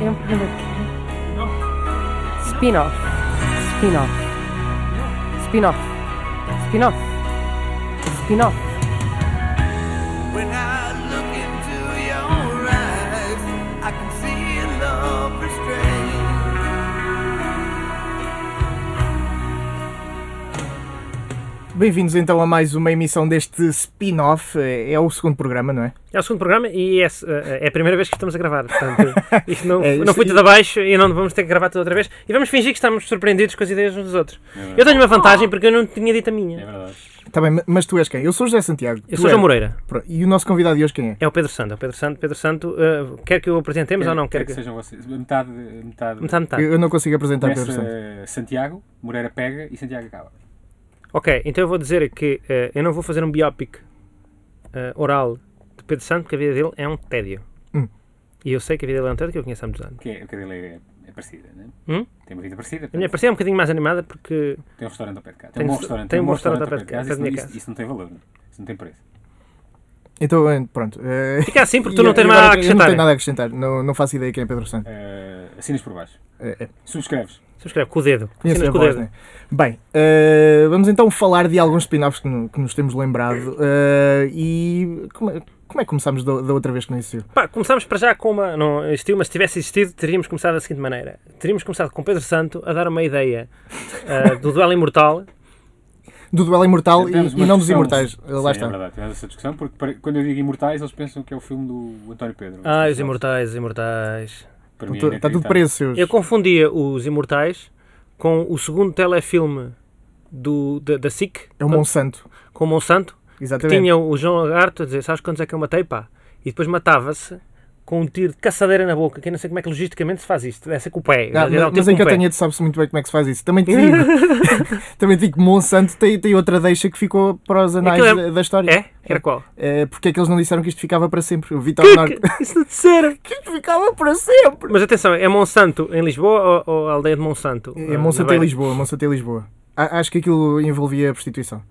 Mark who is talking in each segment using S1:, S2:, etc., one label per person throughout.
S1: Eu me pergunto aqui. Spin-off. Spin-off. Spin-off. Spin-off. Spin-off.
S2: When I look into your eyes, I can see a love restrained.
S3: Bem-vindos então a mais uma emissão deste spin-off. É é o segundo programa, não é?
S4: É o segundo programa e é, eh, é a primeira vez que estamos a gravar. Portanto, isto não,
S3: É, isto-
S4: não foi tudo abaixo e não vamos ter que gravar tudo outra vez. E vamos fingir que estamos surpreendidos com as ideias uns dos outros.
S3: É
S4: Eu tenho uma vantagem porque eu não tinha dito a
S5: É
S4: minha.
S5: verdade.
S3: Tá bem, ma- mas tu és quem? Eu sou José Santiago. Tu é.
S4: Eu sou
S3: és-
S4: João Moreira.
S3: Pronto, E o nosso convidado de hoje quem é?
S4: É o Pedro Santo. É o Pedro Santo. Pedro Santo, eh, quer que o apresentemos ou não?
S5: Quero
S4: Quer
S5: que
S4: que...
S5: sejam vocês. Metade. Metade.
S4: Metade, metade.
S3: Eu eu não consigo apresentar Pedro Santos.
S5: Começa Santiago, Moreira pega e Santiago acaba.
S4: Ok, então eu vou dizer que eh, eu não vou fazer um biopic eh, oral de Pedro Santo porque a vida dele é um tédio.
S3: Hum.
S4: E eu sei que a vida dele é um tédio que eu conheço há muitos anos.
S5: Que é, o que dele é, é parecida, né?
S4: Hum?
S5: Tem uma vida parecida.
S4: A minha parecia um bocadinho mais animada porque
S5: Tem um restaurante ao pé de cá. Tem,
S4: Tem
S5: um bom
S4: resta-
S5: restaurante.
S4: tem um bom restaurante ao pé de
S5: casa.
S4: cá, perto da
S5: Isso,
S4: minha
S5: isso-
S4: casa.
S5: isso não tem valor. né? Isso não tem preço.
S3: Então, eh, pronto. eh,
S4: fica assim porque
S3: e-
S4: tu não
S3: e
S4: tens
S3: agora
S4: nada a
S3: Eu não tenho
S4: acrescentar. né?
S3: nada a acrescentar. Não, não faço ideia quem é Pedro Santos.
S5: Eh, assinas por baixo.
S3: Eh, eh,
S5: Subscreves.
S4: Subscreve com o dedo.
S3: Conheço
S4: Assinas
S3: a
S4: com o
S3: voz,
S4: dedo.
S3: né? Bem, eh, vamos então falar de alguns spin-offs que, no- que nos temos lembrado. eh, e como é, como é que começámos da, da outra vez que não existiu?
S4: Pá, começámos para já com uma. Não existiu, mas se tivesse existido, teríamos começado da seguinte maneira: teríamos começado com Pedro Santo a dar uma ideia ah, do duelo imortal.
S3: Do duelo imortal e,
S5: Tivemos
S3: e
S5: uma
S3: não dos
S5: discussão.
S3: imortais. Eh, Lá
S5: Sim,
S3: está.
S5: É verdade. Tivemos essa discussão porque para- quando eu digo imortais, eles pensam que é o filme do António Pedro.
S4: Ai, Ah, os imortais, os imortais.
S5: Para
S3: Tá
S5: mim é
S3: tu- Está tudo
S5: inacreditável.
S3: preso, seus.
S4: Eu confundia os imortais com o segundo telefilme do, da, da SIC,
S3: É o Monsanto.
S4: com o Monsanto, que
S3: Exatamente.
S4: tinha o João Lagarto a dizer: Sabes quantos é que eu matei, pá? E depois matava-se com um tiro de caçadeira na boca, que eu não sei como é que logisticamente se faz isto, deve ser com o pé.
S3: Ah,
S4: Deve dar um
S3: mas
S4: tiro
S3: mas em
S4: com o pé.
S3: Catanhete sabe-se muito bem como é que se faz isso. Também te digo, também te digo que Monsanto tem, tem outra deixa que ficou para os anais
S4: Aquilo é-
S3: da, da história.
S4: É? Era qual?
S3: Eh, porque é que eles não disseram que isto ficava para sempre? O Vitor Norte.
S4: Que- Isso não disseram!
S3: Que isto ficava para sempre!
S4: Mas atenção, é Monsanto em Lisboa ou, ou a aldeia de Monsanto?
S3: É
S4: Ah,
S3: Monsanto
S4: na
S3: em
S4: Beira.
S3: Lisboa, Monsanto em Lisboa. A- acho que aquilo envolvia a prostituição.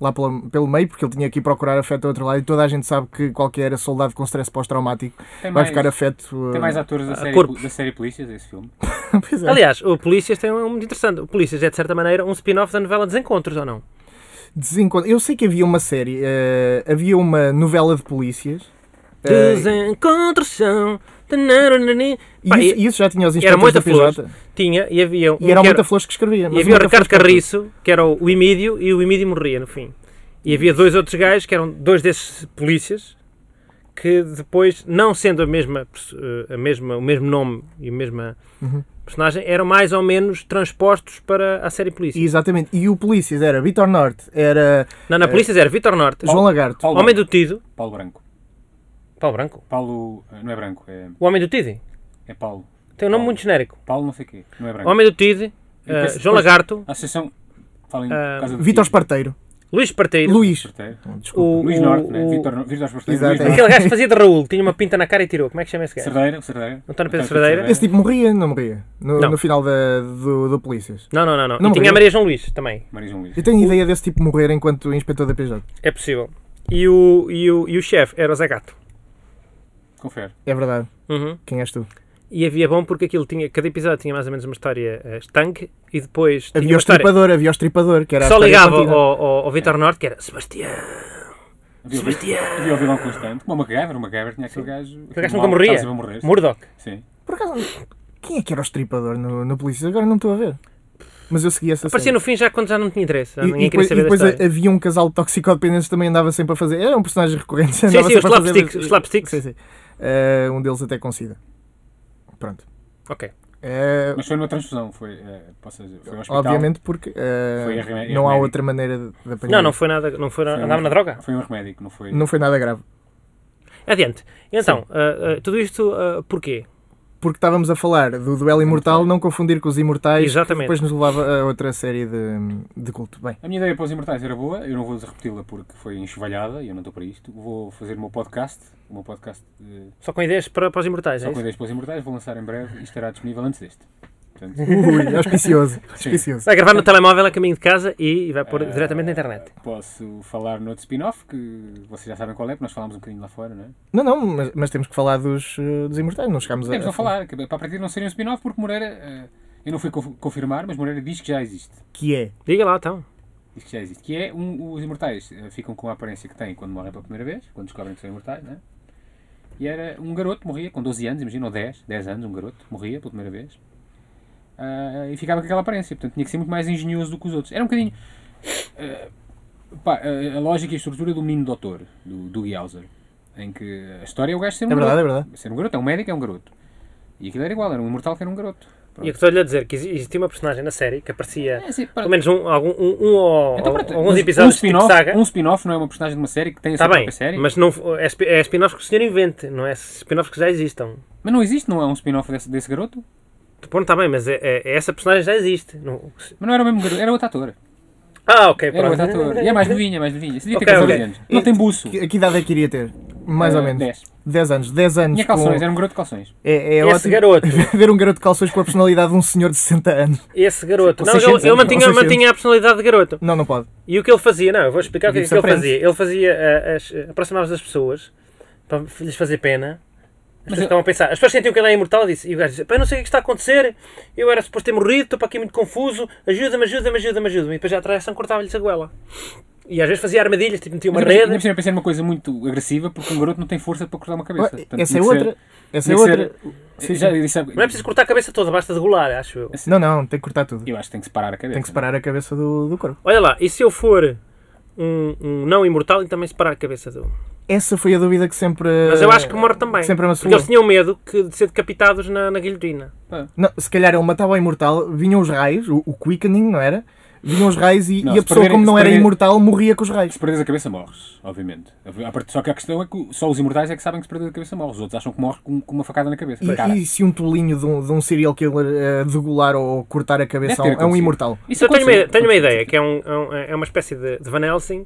S3: Lá pelo, pelo meio, porque ele tinha que ir procurar afeto ao outro lado e toda a gente sabe que qualquer soldado com stress pós-traumático
S5: Tem
S3: vai
S5: mais,
S3: ficar afeto.
S5: tem
S3: eh,
S5: mais atores da
S4: a
S5: série,
S4: corpo.
S5: da série Polícias, esse filme.
S3: pois é.
S4: Aliás, o Polícias tem um muito interessante. O Polícias é, de certa maneira, um spin-off da novela Desencontros, ou não?
S3: Desencontro- Eu sei que havia uma série, eh, havia uma novela de polícias. eh,
S4: Desencontros são...
S3: E
S4: Pá,
S3: isso,
S4: e-
S3: isso já tinha os
S4: era
S3: inspetores
S4: muita
S3: da PJ.
S4: Tinha e havia... um
S3: E era
S4: que
S3: o Mata Flores que escrevia.
S4: E
S3: mas
S4: havia o
S3: Mata
S4: Ricardo
S3: Flores-
S4: Carriço, que era o Imídio, e o Imídio morria no fim. E havia dois outros gajos, que eram dois desses polícias, que depois, não sendo a mesma, perso- eh, a mesma, o mesmo nome e a mesma
S3: Uhum.
S4: personagem, eram mais ou menos transpostos para a série Polícia.
S3: Exatamente. E o Polícias era Vitor Norte, era
S4: Na, na Polícia era Vitor Norte,
S3: É. João Lagarto.
S5: Paulo,
S4: Homem do Tido,
S5: Paulo Branco.
S4: Paulo Branco,
S5: Paulo. eh, Não é branco, é,
S4: o Homem do Tido,
S5: é Paulo.
S4: tem um nome muito genérico.
S5: Paulo não sei o quê. Não é branco.
S4: Homem do Tido, eh,
S5: depois-
S4: João
S5: depois-
S4: Lagarto,
S5: A Associação. Falem
S4: Ah,
S5: por causa do
S3: Vitor
S5: Tito.
S3: Esparteiro.
S4: Luís Parteiro,
S3: Luís.
S5: Porteiro.
S3: Desculpa.
S4: O-
S5: Luís Norte, né?
S4: o-
S5: Vitor Norte. Vitor Esparteiro.
S3: Exato,
S5: Luís
S3: é.
S5: Norte.
S4: aquele gajo que fazia de Raul, tinha uma pinta na cara e tirou. Como é que chama esse gajo?
S5: Cerdeira, o Cerdeira.
S4: António Pedro Cerdeira.
S3: Esse tipo morria? Não morria. No,
S4: Não.
S3: no final da, do, do Polícias.
S4: Não, não, não. não.
S3: Não
S4: e tinha
S3: morreu.
S4: a Maria João Luís também.
S5: Maria João Luís.
S3: Eu tenho ideia desse tipo morrer enquanto inspetor da PJ.
S4: É possível. E o, e o, e o chefe era o Zé Gato.
S5: Confere.
S3: É verdade.
S4: Uhum.
S3: Quem és tu?
S4: E havia bom porque aquilo tinha, cada episódio tinha mais ou menos uma história eh, estanque e depois tinha
S3: Havia o
S4: uma história
S3: estripador, havia o estripador, que era a
S4: que só
S3: história É.
S4: ligava ao,
S3: contínua.
S4: ao, ao Vitor Norte que era Sebastião.
S5: Havia o vi-
S4: Sebastião.
S5: havia o vilão constante. Como o MacGyver. O MacGyver tinha aquele gajo.
S4: Aquele gajo nunca
S5: mal que
S4: morria.
S5: estava sempre a morrer.
S4: Murdoch.
S5: Sim.
S3: Por acaso, quem é que era o estripador no, no Polícias? Agora não estou a ver. Mas eu segui essa
S4: Aparecia
S3: série.
S4: no fim já quando já não tinha interesse. Já
S3: E-
S4: ninguém
S3: e,
S4: queria
S3: depois, e
S4: saber da
S3: depois
S4: história.
S3: havia um casal de toxicodependentes que também andava sempre a fazer. Era um personagem recorrente.
S4: sim,
S3: andava
S4: os
S3: sempre a fazer-
S4: slapsticks, os slapsticks.
S3: Sim, sim. Eh, um deles até com sida. Pronto.
S4: Ok.
S3: Eh,
S5: Mas foi numa transfusão. Foi, eh, posso dizer, foi ao hospital.
S3: obviamente porque eh,
S5: Foi a remédio-
S3: não há
S5: remédio.
S3: outra maneira de de apanhar.
S4: Não, não foi nada. Não foi,
S5: Foi
S4: andava
S5: um-
S4: na droga?
S5: Foi um remédio. Não foi.
S3: Não foi nada grave.
S4: Adiante. Então, eh, eh, tudo isto eh, porquê?
S3: Porque estávamos a falar do duelo imortal, não confundir com os imortais,
S4: Exatamente.
S3: que depois nos levava a outra série de, de culto. Bem,
S5: A minha ideia para os Imortais era boa, eu não vou repeti-la porque foi enxovalhada e eu não estou para isto. Vou fazer o meu podcast, o meu podcast eh,
S4: Só com ideias para, para os imortais, é
S5: só com
S4: isso?
S5: ideias para os Imortais, vou lançar em breve e estará disponível antes deste. Portanto, portanto.
S3: Ui, é auspicioso.
S5: Sim.
S3: auspicioso.
S4: Vai gravar no telemóvel a caminho de casa e vai pôr
S5: Ah.
S4: diretamente na internet.
S5: Posso falar noutro spin-off que vocês já sabem qual é, porque nós falámos um bocadinho lá fora, não é?
S3: Não, não, mas, mas temos que falar dos, eh, dos imortais, não chegámos a.
S5: Temos a
S4: eh,
S5: falar, que, para a partir não seria um spin-off, porque Moreira, eh, eu não fui conf- confirmar, mas Moreira diz que já existe.
S3: Que é.
S4: Diga lá então.
S5: Diz que já existe. Que é, um, os imortais eh, ficam com a aparência que têm quando morrem pela primeira vez, quando descobrem que são imortais, não é? E era um garoto, morria com 12 anos, imagina, ou 10, 10 anos, um garoto, morria pela primeira vez. Ah, e ficava com aquela aparência, portanto tinha que ser muito mais engenhoso do que os outros. Era um bocadinho. eh, pá, eh, a lógica e a estrutura do menino doutor, do Doug Hauser, em que a história é o gajo ser um
S3: É verdade, é
S5: garoto.
S3: verdade.
S5: Ser um garoto, é um médico, é um garoto. E aquilo era igual, era um imortal que era um garoto.
S4: E eu estou-lhe a dizer que exi- existia uma personagem na série que aparecia
S5: É, assim, para-
S4: pelo menos um, algum, um, um ou
S5: Então,
S4: ou-
S5: pronto,
S4: alguns
S5: um-
S4: episódios
S5: um
S4: tipo
S5: spin-off,
S4: saga.
S5: Um spin-off não é uma personagem de uma série que tem a
S4: Está
S5: sua
S4: bem,
S5: própria série?
S4: mas
S5: Mas...
S4: não, é, spi- é spin-offs que o senhor invente, não é spin-offs que já existam.
S5: não existe, não é um spin-off desse, desse garoto?
S4: Pronto, está bem, mas é, é- essa personagem já existe. Não-
S5: Mas não era o mesmo garoto, era outro ator.
S3: É
S4: Ah, ok,
S5: Era
S4: pronto.
S5: outro ator. E é mais novinha, é mais novinha. Esse devia ter
S4: Ok,
S5: 14
S4: ok.
S5: anos. Não tem buço.
S3: Que, que idade é que iria ter? Mais ou
S5: Eh,
S3: menos. 10,
S5: 10.
S3: anos. 10 anos.
S5: Tinha calções, era um garoto de calções.
S3: É, é
S4: Esse
S3: ótimo
S4: garoto.
S3: ver um garoto de calções com a personalidade de um senhor de 60 anos.
S4: Esse garoto.
S3: Ou
S4: Não,
S3: 600
S4: ele, ele
S3: anos,
S4: mantinha,
S3: ou 600.
S4: mantinha a personalidade de garoto.
S3: Não, não pode.
S4: E o que ele fazia? Não, eu vou explicar o que é que
S3: Isso
S4: ele
S3: aprende-se.
S4: fazia. Ele fazia ah, as- aproximava-se das pessoas para lhes fazer pena. As pessoas estavam a pensar. As pessoas sentiam que ele era imortal e, disse, e o gajo disse: Pá, eu não sei o que é que está a acontecer. Eu era suposto ter morrido, estou para aqui muito confuso. Ajuda-me, ajuda-me, ajuda-me, ajuda-me. E depois já atrás traição cortava-lhes a goela. E às vezes fazia armadilhas, tipo, metia uma
S5: Mas ainda
S4: rede.
S5: por cima pensei numa coisa muito agressiva, porque um garoto não tem força para cortar uma cabeça.
S3: Ué,
S5: Portanto,
S3: Essa
S5: tinha
S3: é
S5: que ser-
S3: outra. Essa é
S5: tinha que ser-
S3: outra. Sim,
S5: Já
S3: sim.
S5: disse-
S4: Não é preciso cortar a cabeça toda, basta de golar, acho eu.
S3: Não, não, tem que cortar tudo.
S5: Eu acho que tem que separar a cabeça.
S3: Tem que separar a cabeça do, do corpo.
S4: Olha lá, e se eu for um, um não imortal e também separar a cabeça do.
S3: Essa foi a dúvida que sempre.
S4: Mas eu acho que morre também.
S3: Eh, Sempre
S4: porque
S3: ameaçou.
S4: eles tinham medo que, de ser decapitados na, na guilhotina.
S3: Não, se calhar ele matava o imortal, vinham os raios, o, o quickening, não era? Vinham os raios e,
S5: Não,
S3: e a
S5: se
S3: pessoa,
S5: perderem-
S3: como não
S5: se
S3: era
S5: perderem-
S3: imortal, morria com os raios.
S5: Se perderes a cabeça, morres, obviamente. A part- Só que a questão é que só os imortais é que sabem que se perder a cabeça, morres. Os outros acham que morre com, com uma facada na cabeça. na cara.
S3: E, e se um tolinho de um, de um serial killer eh, degolar ou cortar a cabeça a
S5: Deve ter
S3: um, a um
S5: acontecido.
S3: imortal?
S5: Isso
S4: Eu tenho
S5: aconteceu.
S4: uma, tenho uma ideia, que é, um, é um- é uma espécie de, de Van Helsing,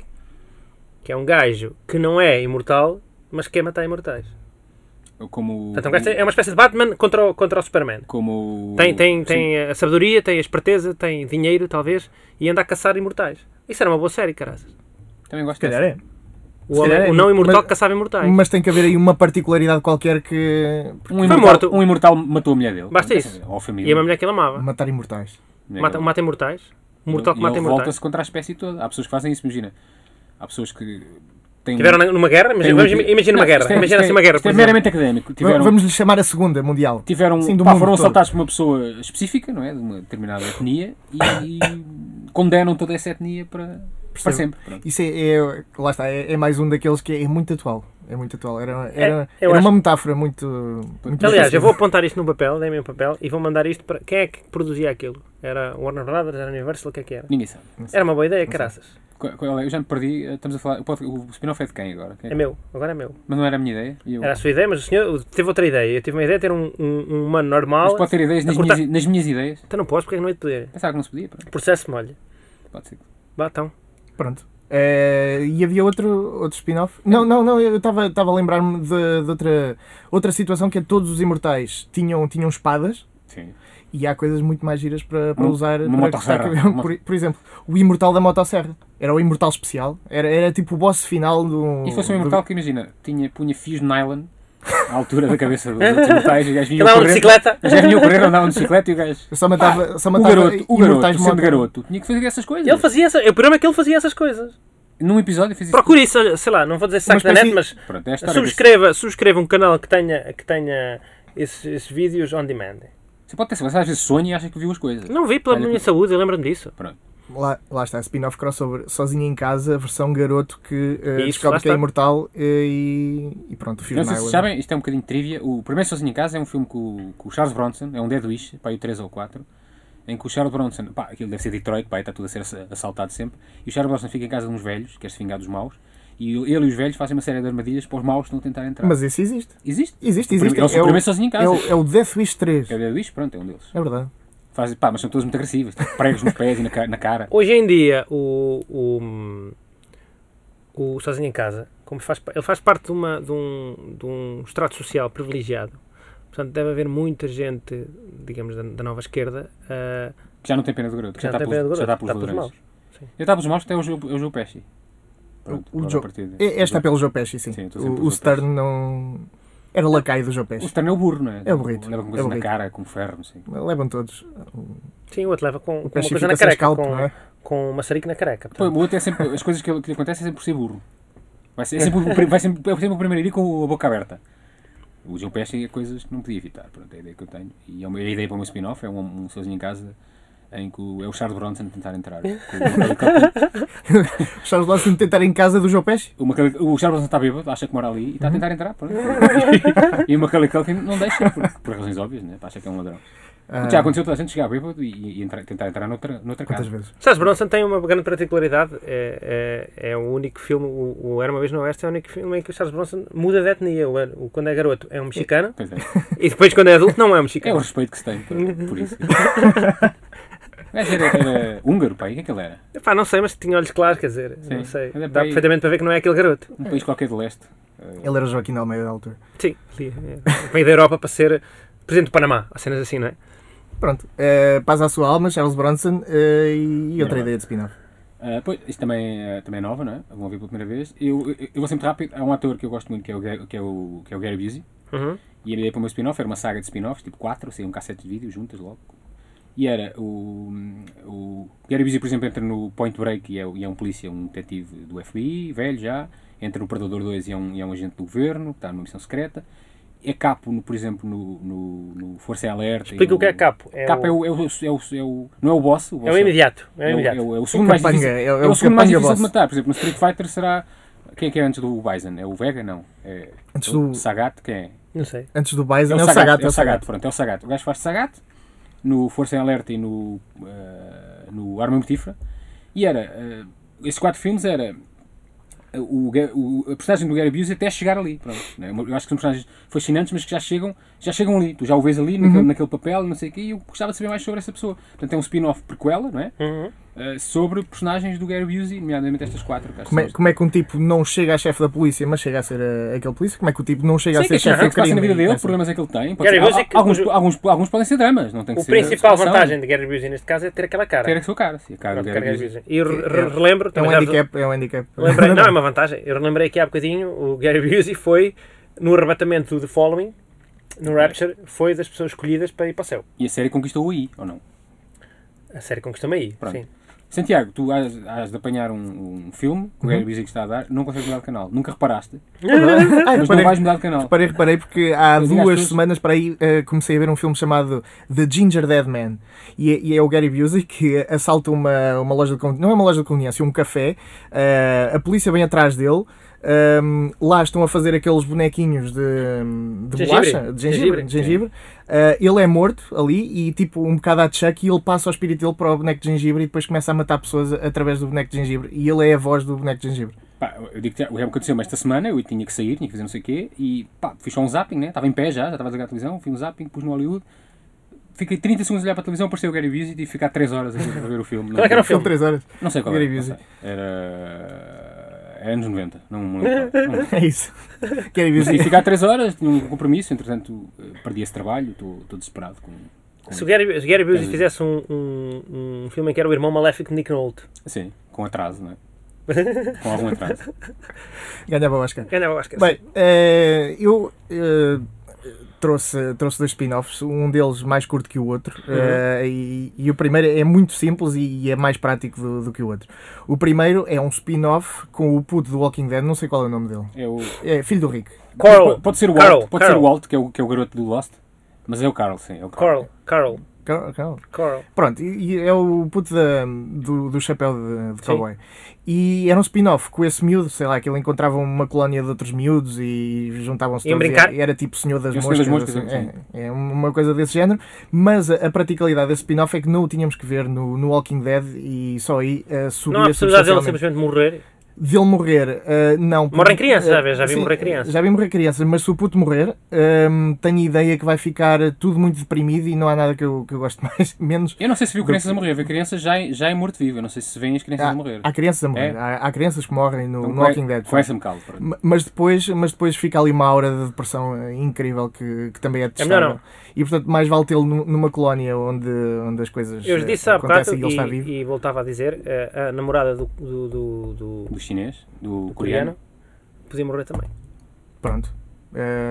S4: que é um gajo que não é imortal, mas quer matar imortais.
S5: Como...
S3: Então,
S4: Portanto, é um gajo- é uma espécie de Batman contra o, contra o Superman.
S5: como
S4: Tem, tem,
S5: Sim.
S4: tem a sabedoria, tem a esperteza, tem dinheiro, talvez, e anda a caçar imortais. Isso era uma boa série, caraças.
S5: também gosto
S3: Se calhar é.
S4: O,
S3: Se
S4: homem-
S3: calhar é,
S4: o não imortal
S3: mas-
S4: que caçava imortais.
S3: Mas tem que haver aí uma particularidade qualquer que.
S5: dessa. um imortal,
S4: morto.
S5: um imortal matou a mulher dele
S4: Basta isso.
S5: ou a família
S4: E a mulher que ele amava.
S3: Matar imortais.
S5: Mulher
S4: Mata,
S5: dele.
S4: mata imortais. Um mortal que
S5: E
S4: mata
S5: ele
S3: assim.
S4: imortais.
S5: volta-se contra a espécie toda há pessoas que fazem isso imagina há pessoas que têm
S4: Tiveram na- numa guerra?
S5: têm
S4: Imagina, vamos,
S5: um-
S4: imagina uma
S5: Não,
S4: guerra.
S5: isto é-
S4: Imagina
S5: isto
S4: assim
S5: é-
S4: uma guerra.
S5: isto é
S4: por exemplo.
S5: meramente académico tiveram
S3: Vamos lhe chamar a segunda mundial.
S5: tiveram
S3: Sim, do
S5: pá,
S3: mundo
S5: foram
S3: todo.
S5: assaltados por uma pessoa específica não é de uma determinada etnia e, e condenam toda essa etnia para para
S3: Percebo.
S5: sempre pronto.
S3: Isso é, é- lá está, é, é mais um daqueles que é, muito atual. É muito atual. Era, era,
S4: eu
S3: era
S4: acho-
S3: uma metáfora muito. muito
S4: Aliás,
S3: fácil.
S4: eu vou apontar isto num papel, dei-me um papel e vou mandar isto para. Quem é que produzia aquilo? Era Warner Brothers? Era Universal? O que é que era?
S5: ninguém sabe
S4: Era uma boa ideia, caraças.
S5: Qual- qual é? eu já me perdi eh, estamos a falar o pod- o spin-off é de quem agora Quem-
S4: É meu, agora é meu.
S5: mas não era a minha ideia e eu-
S4: Era a sua ideia, mas o senhor teve outra ideia. Eu tive uma ideia de ter um, um, um humano normal.
S5: mas pode ter ideias
S4: A
S5: nas
S4: cortar-
S5: minhas, nas minhas ideias
S4: Então não posso, porque é que não é de poder.
S5: pensava que não se podia pronto.
S4: Processo-me, olha.
S5: pode ser
S4: Batam.
S3: Pronto. Eh, e havia outro, outro spin-off. Não, não, não, eu estava estava a lembrar-me de, de outra, outra situação que é todos os imortais tinham, tinham espadas
S5: Sim.
S3: e há coisas muito mais giras para, para
S5: Um-
S3: usar.
S5: uma
S3: para cortar
S5: motosserra.
S3: cabelo. por, por exemplo, o imortal da motosserra. Era o imortal especial. Era, era tipo o boss final do.
S5: E se fosse
S3: Tipo,
S5: um
S3: do-
S5: imortal que imagina, tinha, punha fios de nylon à altura da cabeça dos outros imortais e o gajo vinha
S4: Ele
S5: a
S4: andava de
S5: correr.
S4: bicicleta.
S5: Já vinha a correr, andava de bicicleta e o gajo.
S3: Eu só matava, só
S5: Ah, O
S3: matava
S5: garoto, o
S3: imortais
S5: garoto, sendo
S3: moto.
S5: garoto, tinha que fazer essas coisas.
S4: Ele fazia essa... O problema é que ele fazia essas coisas.
S5: Num episódio fez isso.
S4: Procure isso, olha, sei lá, não vou dizer saco da net,
S3: espécie-
S4: mas
S5: Pronto, é a história desse-
S4: subscreva, subscreva um canal que tenha, que tenha esses, esses vídeos on demand.
S5: Você pode ter você às vezes sonha e acha que viu as coisas.
S4: Não vi pela
S5: Olha,
S4: minha
S5: pô.
S4: saúde, eu lembro-me disso.
S3: Lá, lá está, spin-off crossover, sozinho em casa, versão garoto que eh,
S4: Isso, lá
S3: descobre que é
S4: está.
S3: imortal eh, e, e pronto, fiz
S5: Não sei se vocês sabem, isto é um bocadinho de trivia. O primeiro Sozinho em Casa é um filme com, o- com o Charles Bronson, é um Dead Wish, pai o 3 ou 4, em que o Charles Bronson, pá, aquilo deve ser Detroit, pai, está tudo a ser assa- assaltado sempre, e o Charles Bronson fica em casa de uns velhos, quer se vingar dos maus, e ele e os velhos fazem uma série de armadilhas para os maus não tentarem entrar.
S3: Mas esse existe.
S5: Existe?
S3: Existe,
S5: Ele
S3: existe.
S5: é o
S3: É o,
S5: primeiro sozinho em casa.
S3: é o, é o Death Wish 3.
S5: É o
S3: É
S5: Dead Wish, pronto, é um deles.
S3: verdade.
S5: Faz, pá, mas são todos muito agressivos, têm pregos nos pés e na, ca- na cara.
S4: Hoje em dia, o, o, o Sozinho em Casa, como faz, pa- ele faz parte de, uma, de, um, de um extrato social privilegiado. Portanto, Portanto, deve haver muita gente, digamos, da, da nova esquerda. ah,
S5: Que já não tem pena de garoto. Que
S4: Já
S5: já,
S4: não tem
S5: está
S4: pena de
S5: pelos, já
S4: garoto,
S5: está pelos
S4: está pelos
S5: ladrões.
S4: Sim.
S5: Já está pelos maus, até o Gil, o Gil Pesci. Pronto,
S3: O
S5: logo a
S3: Gil-
S5: partir de-
S3: E- Esta é pelo Joe Pesci, sim.
S5: Sim, estou sempre
S3: o, o
S5: pelo Joe Pesci.
S3: Stern não. Era lacaio do Joe
S5: O
S3: Pesci.
S5: Stern é o burro, não é?
S3: É o burrito,
S5: Leva com
S3: é o
S5: coisa na
S3: burrito.
S5: cara, com ferro, não sei.
S3: Levam todos.
S4: sim, o outro leva com,
S3: O
S4: com uma
S3: Pesci
S4: coisa
S3: fica
S4: na
S3: sem
S4: careca,
S3: escalpo,
S4: com,
S3: não é?
S4: com um maçarico na careca.
S5: Pô,
S4: portanto.
S5: o outro é sempre. As coisas que, ele- que lhe acontecem é sempre por ser burro. Vai ser, é sempre, o pri- vai sempre, é sempre o primeiro a ir com a boca aberta. O Gil Pesci é coisas que não podia evitar. Pronto, é a ideia que eu tenho. E é uma- a ideia para o meu spin-off é um, um sozinho em casa em que o, é o Charles Bronson a tentar entrar. Com
S3: Charles Bronson tentar em casa do Joe Pesci.
S5: o, Macaulay- o Charles Bronson está bêbado, acha que mora ali e está a tentar entrar. Pronto.
S3: Uhum.
S5: E o Macaulay Culkin não deixa, por, por razões óbvias, né? acha que é um ladrão.
S3: Ah,
S5: Já aconteceu toda a gente chegar bêbado e, e entrar- tentar entrar noutra, noutra
S3: Quantas
S5: casa.
S3: vezes?
S4: Charles Bronson tem uma grande particularidade. É, é, é o único filme, o, o Era uma Vez no Oeste, é o único filme em que o Charles Bronson muda de etnia. O, o- quando é garoto é um mexicano
S5: Pois é.
S4: e depois, quando é adulto, não é um
S5: É o
S4: mexicano.
S5: respeito que se tem por, por isso. O gajo era, era húngaro, pai. O que é que ele era?
S4: Epá, não sei, mas tinha olhos claros, quer dizer,
S5: Sim.
S4: não sei.
S5: Mas é
S4: Dá
S5: bem-
S4: perfeitamente para ver que não é aquele garoto.
S5: Um país qualquer do leste. Eh,
S3: Ele era Joaquim de Almeida da altura.
S4: Sim, ali, é. veio da Europa para ser presidente do Panamá, há cenas assim, não é?
S3: Pronto. eh, paz à sua alma, Charles Bronson eh, e outra
S5: Era.
S3: ideia de spin-off.
S5: eh, pois, isto também, é- também é nova, não é? Vão ouvir pela primeira vez. Eu, eu, eu vou sempre rápido. Há um ator que eu gosto muito que é o, Ga- que é o, que é o Gary Busey.
S4: Uhum.
S5: E ele ia para o meu spin-off. Era uma saga de spin-offs, tipo 4, saíam um cassete de vídeo juntas logo. E era o, o Gary Busey, por exemplo, entra no Point Break e é, o- e é um polícia, um detetive do FBI, velho já. Entra no Predador 2 e é um, e é um agente do governo, que está numa missão secreta. É capo, no, por exemplo, no, no, no Força Alerta. e
S4: Explica o que é
S5: no-
S4: capo. É,
S5: Capa é
S4: o,
S5: o, é, o, é, o, é o- Não é o boss. O boss
S4: é o imediato. É o
S5: É o, é
S4: imediato.
S5: o- é o segundo
S3: O
S5: mais
S3: capanga.
S5: difícil.
S3: É,
S5: É o segundo mais
S3: capanga
S5: difícil de
S3: boss.
S5: matar. Por exemplo, no Street Fighter será. Quem é que é antes do Bison? É o Vega? Não. É
S3: Antes
S5: o
S3: do,
S5: Sagat? Quem é?
S4: Não sei.
S3: antes do Bison,
S5: É o
S3: é o
S5: Sagat.
S3: Sagat.
S5: É o Sagat. Pronto, é o Sagat. O gajo faz Sagat no Força em Alerta e no, eh, no Arma Mortífera. E era. eh, esses quatro filmes era. eh, O, Ga- o, a personagem do Gary Busey até chegar ali. Pronto, né? Eu acho que são personagens fascinantes, mas que já chegam, já chegam ali. Tu já o vês ali,
S3: Uhum.
S5: naquele, naquele papel, não sei o quê, e eu gostava de saber mais sobre essa pessoa. Portanto, é um spin-off prequela, não é?
S4: Uhum.
S5: Uh, sobre personagens do Gary Busey, nomeadamente estas quatro. que acho que
S3: Como é,
S5: são
S3: como é que um tipo não chega a chefe da polícia, mas chega a ser eh, aquele polícia? Como é que o tipo não chega
S5: Sim,
S3: a ser
S5: que
S3: chefe
S5: é
S3: da
S5: que passa
S3: crime?
S5: na vida dele,
S3: Não sei.
S5: problemas é que ele
S4: Gary
S5: tem. Pode ser,
S4: Busey que-
S5: alguns, alguns, alguns podem ser dramas, não tem que
S4: O
S5: ser.
S4: principal
S5: solução.
S4: vantagem de Gary Busey neste caso é ter aquela cara.
S5: Ter a sua cara, sim, a cara
S4: Pronto,
S5: do Gary,
S4: Gary
S5: Busey.
S4: Busey. E re-
S3: É-
S4: re- relembro,
S3: É um
S4: também já-
S3: handicap. É um handicap.
S4: Lembrei, não, é uma vantagem. Eu lembrei que há bocadinho o Gary Busey foi no arrebatamento do The Following, no Rapture, foi das pessoas escolhidas para ir para o céu.
S5: E a série conquistou o I, ou não?
S4: A série conquista-me aí.
S5: Pronto.
S4: Sim.
S5: Santiago, tu has, has de apanhar um, um filme
S4: Uhum.
S5: que o Gary Busey está a dar, não consegues mudar de canal. Nunca reparaste,
S4: É,
S3: Ah,
S5: mas não
S3: reparei,
S5: vais mudar de canal.
S3: reparei, reparei, porque há
S5: Eu digo às
S3: duas
S5: pessoas-
S3: semanas para aí eh, comecei a ver um filme chamado The Ginger Dead Man. E, é- e é o Gary Busey que assalta uma, uma loja de conveniência. Não é uma loja de conveniência, é um café. Eh, a polícia vem atrás dele. Ahm, lá estão a fazer aqueles bonequinhos de, de
S4: Gengibre.
S3: bolacha, de gengibre.
S4: Gengibre.
S3: de gengibre. Ah, ele é morto ali e, tipo, um bocado à Chuck, e ele passa o espírito dele para o boneco de gengibre e depois começa a matar pessoas através do boneco de gengibre. E ele é a voz do boneco de gengibre.
S5: Pá, eu digo que já- o que aconteceu esta semana, eu tinha que sair, tinha que fazer não sei o quê, e pá, fiz só um zapping, né? Estava em pé já, já estava a ligar a televisão, fiz um zapping, pus no Hollywood, fiquei 30 segundos a olhar para a televisão, apareceu o Gary Busey e ficar 3 horas a ver a ver o filme.
S4: Qual é que era o
S3: São
S4: filme?
S3: 3 horas.
S5: Não sei qual
S3: Gary
S5: era. não
S3: Busey.
S5: sei. Era. Era anos 90, não me lembro. qual. Não me lembro.
S3: É isso. Gary
S5: Mas
S3: Busey.
S5: ia ficar 3 horas, tinha um compromisso, entretanto eh, perdi esse trabalho, estou estou desesperado com. com
S4: Se o Gary, se o Gary Busey
S5: Sim.
S4: fizesse um, um, um filme em que era o irmão maléfico de Nick Nolte,
S5: Sim, com atraso, não é? Com algum atraso.
S3: Ganhava o Oscar.
S4: ganhava o Oscar.
S3: Bem, eh, eu eh, trouxe, trouxe dois spin-offs, um deles mais curto que o outro, eh, e, e o primeiro é muito simples e, é mais prático do, do que o outro. O primeiro é um spin-off com o puto do Walking Dead, não sei qual é o nome dele.
S5: É o.
S3: É filho do Rick.
S4: Carl,
S5: Pode- Pode ser o
S4: Carl,
S5: Walt, pode ser
S4: Carl.
S5: o Walt, que é o, que é o garoto do Lost, mas é o Carl, sim. É o Carl.
S4: Carl,
S3: Cal-
S4: Carl,
S3: cal-
S4: Carl.
S3: Pronto, e e é o puto da- do, do chapéu de, de
S4: Sim.
S3: cowboy. E era um spin-off com esse miúdo, sei lá, que ele encontrava uma colónia de outros miúdos e juntavam-se
S4: Iam
S3: todos. e
S4: brincar?
S3: era- E era tipo senhor das
S5: E o
S3: moscas.
S5: Senhor das Moscas,
S3: assim, é, é uma coisa desse género. Mas a, a praticalidade desse spin-off é que não o tínhamos que ver no, no Walking Dead e só aí eh, subia
S4: Não há possibilidade dele
S3: substancialmente.
S4: simplesmente morrer.
S3: de ele morrer, eh, não.
S4: Morrem crianças, já vi- já vi
S3: sim,
S4: morrer crianças.
S3: Já vi morrer crianças, mas se o puto morrer, ehm, tenho ideia que vai ficar tudo muito deprimido e não há nada que eu, que eu gosto mais, menos.
S5: Eu não sei se viu
S3: Do que-
S5: crianças a morrer, vi crianças já, em- já em morto-vivo. Eu não sei se vêem as crianças
S3: Há,
S5: a morrer.
S3: há crianças a morrer,
S5: É?
S3: há, há crianças que morrem no,
S5: Então,
S3: no Walking Dead. Hum.
S5: Conhece-me calo. pronto.
S3: Ma- Mas depois, mas depois fica ali uma aura de depressão eh, incrível que, que também é
S4: É melhor
S3: testável. E portanto, mais vale tê-lo nu- numa colónia onde, onde as coisas
S4: Eu os
S3: eh,
S4: disse há bocado
S3: acontecem e ele está vivo.
S4: e, e voltava a dizer, eh, a namorada do, do, do- do-
S5: Do chinês, do,
S4: do
S5: coreano.
S4: coreano podia morrer também,
S3: Pronto,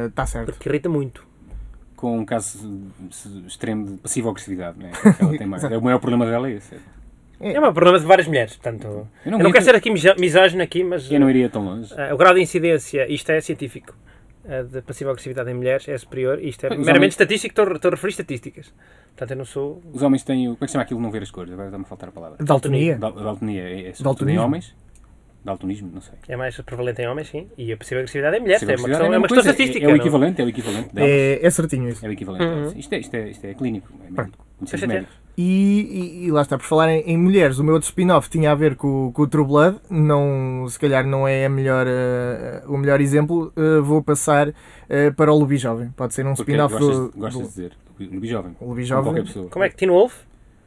S3: está certo.
S4: porque irrita muito.
S5: Com um caso s- extremo de passiva agressividade, né? Que ela tem mais. É O maior problema dela é esse.
S4: É um problema de várias mulheres, portanto...
S5: Eu
S4: Eu não
S5: ia-
S4: quero ser aqui misa- misógino aqui, mas
S5: eu não iria tão longe.
S4: eh, o grau de incidência, isto é científico, eh, de passiva agressividade em mulheres é superior, isto é
S5: Pois,
S4: meramente
S5: homens-
S4: estatístico, estou, estou a referir estatísticas. Portanto, eu não sou...
S5: Os homens têm. o- Como é que se chama aquilo de não ver as cores? Agora está-me a faltar a palavra.
S3: Daltonia.
S5: Dal- Daltonia é, é sobretudo em
S3: Daltonismo.
S5: homens. Daltonismo, não sei.
S4: É mais prevalente em homens, sim, e a passiva agressividade em mulheres, é uma
S5: Ciberseguridade
S4: questão, é uma questão
S5: coisa,
S4: estatística.
S5: É, é o
S4: não?
S5: equivalente, é o equivalente. delas.
S3: É, é certinho isso.
S5: É o equivalente.
S4: Uhum.
S5: delas. Isto, é, isto, é, isto é clínico. É médico. Conhecidos
S4: Deixa-te
S3: Um
S5: médicos.
S3: E, e- e lá está, por falar em, em mulheres, o meu outro spin-off tinha a ver com, com o True Blood, não, se calhar não é a melhor, eh, o melhor exemplo, eh, vou passar eh, para o Lubi Jovem. Pode ser um
S5: Porque
S3: spin-off do,
S5: gostas, gostas de dizer. Lubi jovem.
S3: do Lubi
S5: Como
S3: Jovem.
S5: qualquer pessoa.
S4: Como é que Teen Wolf?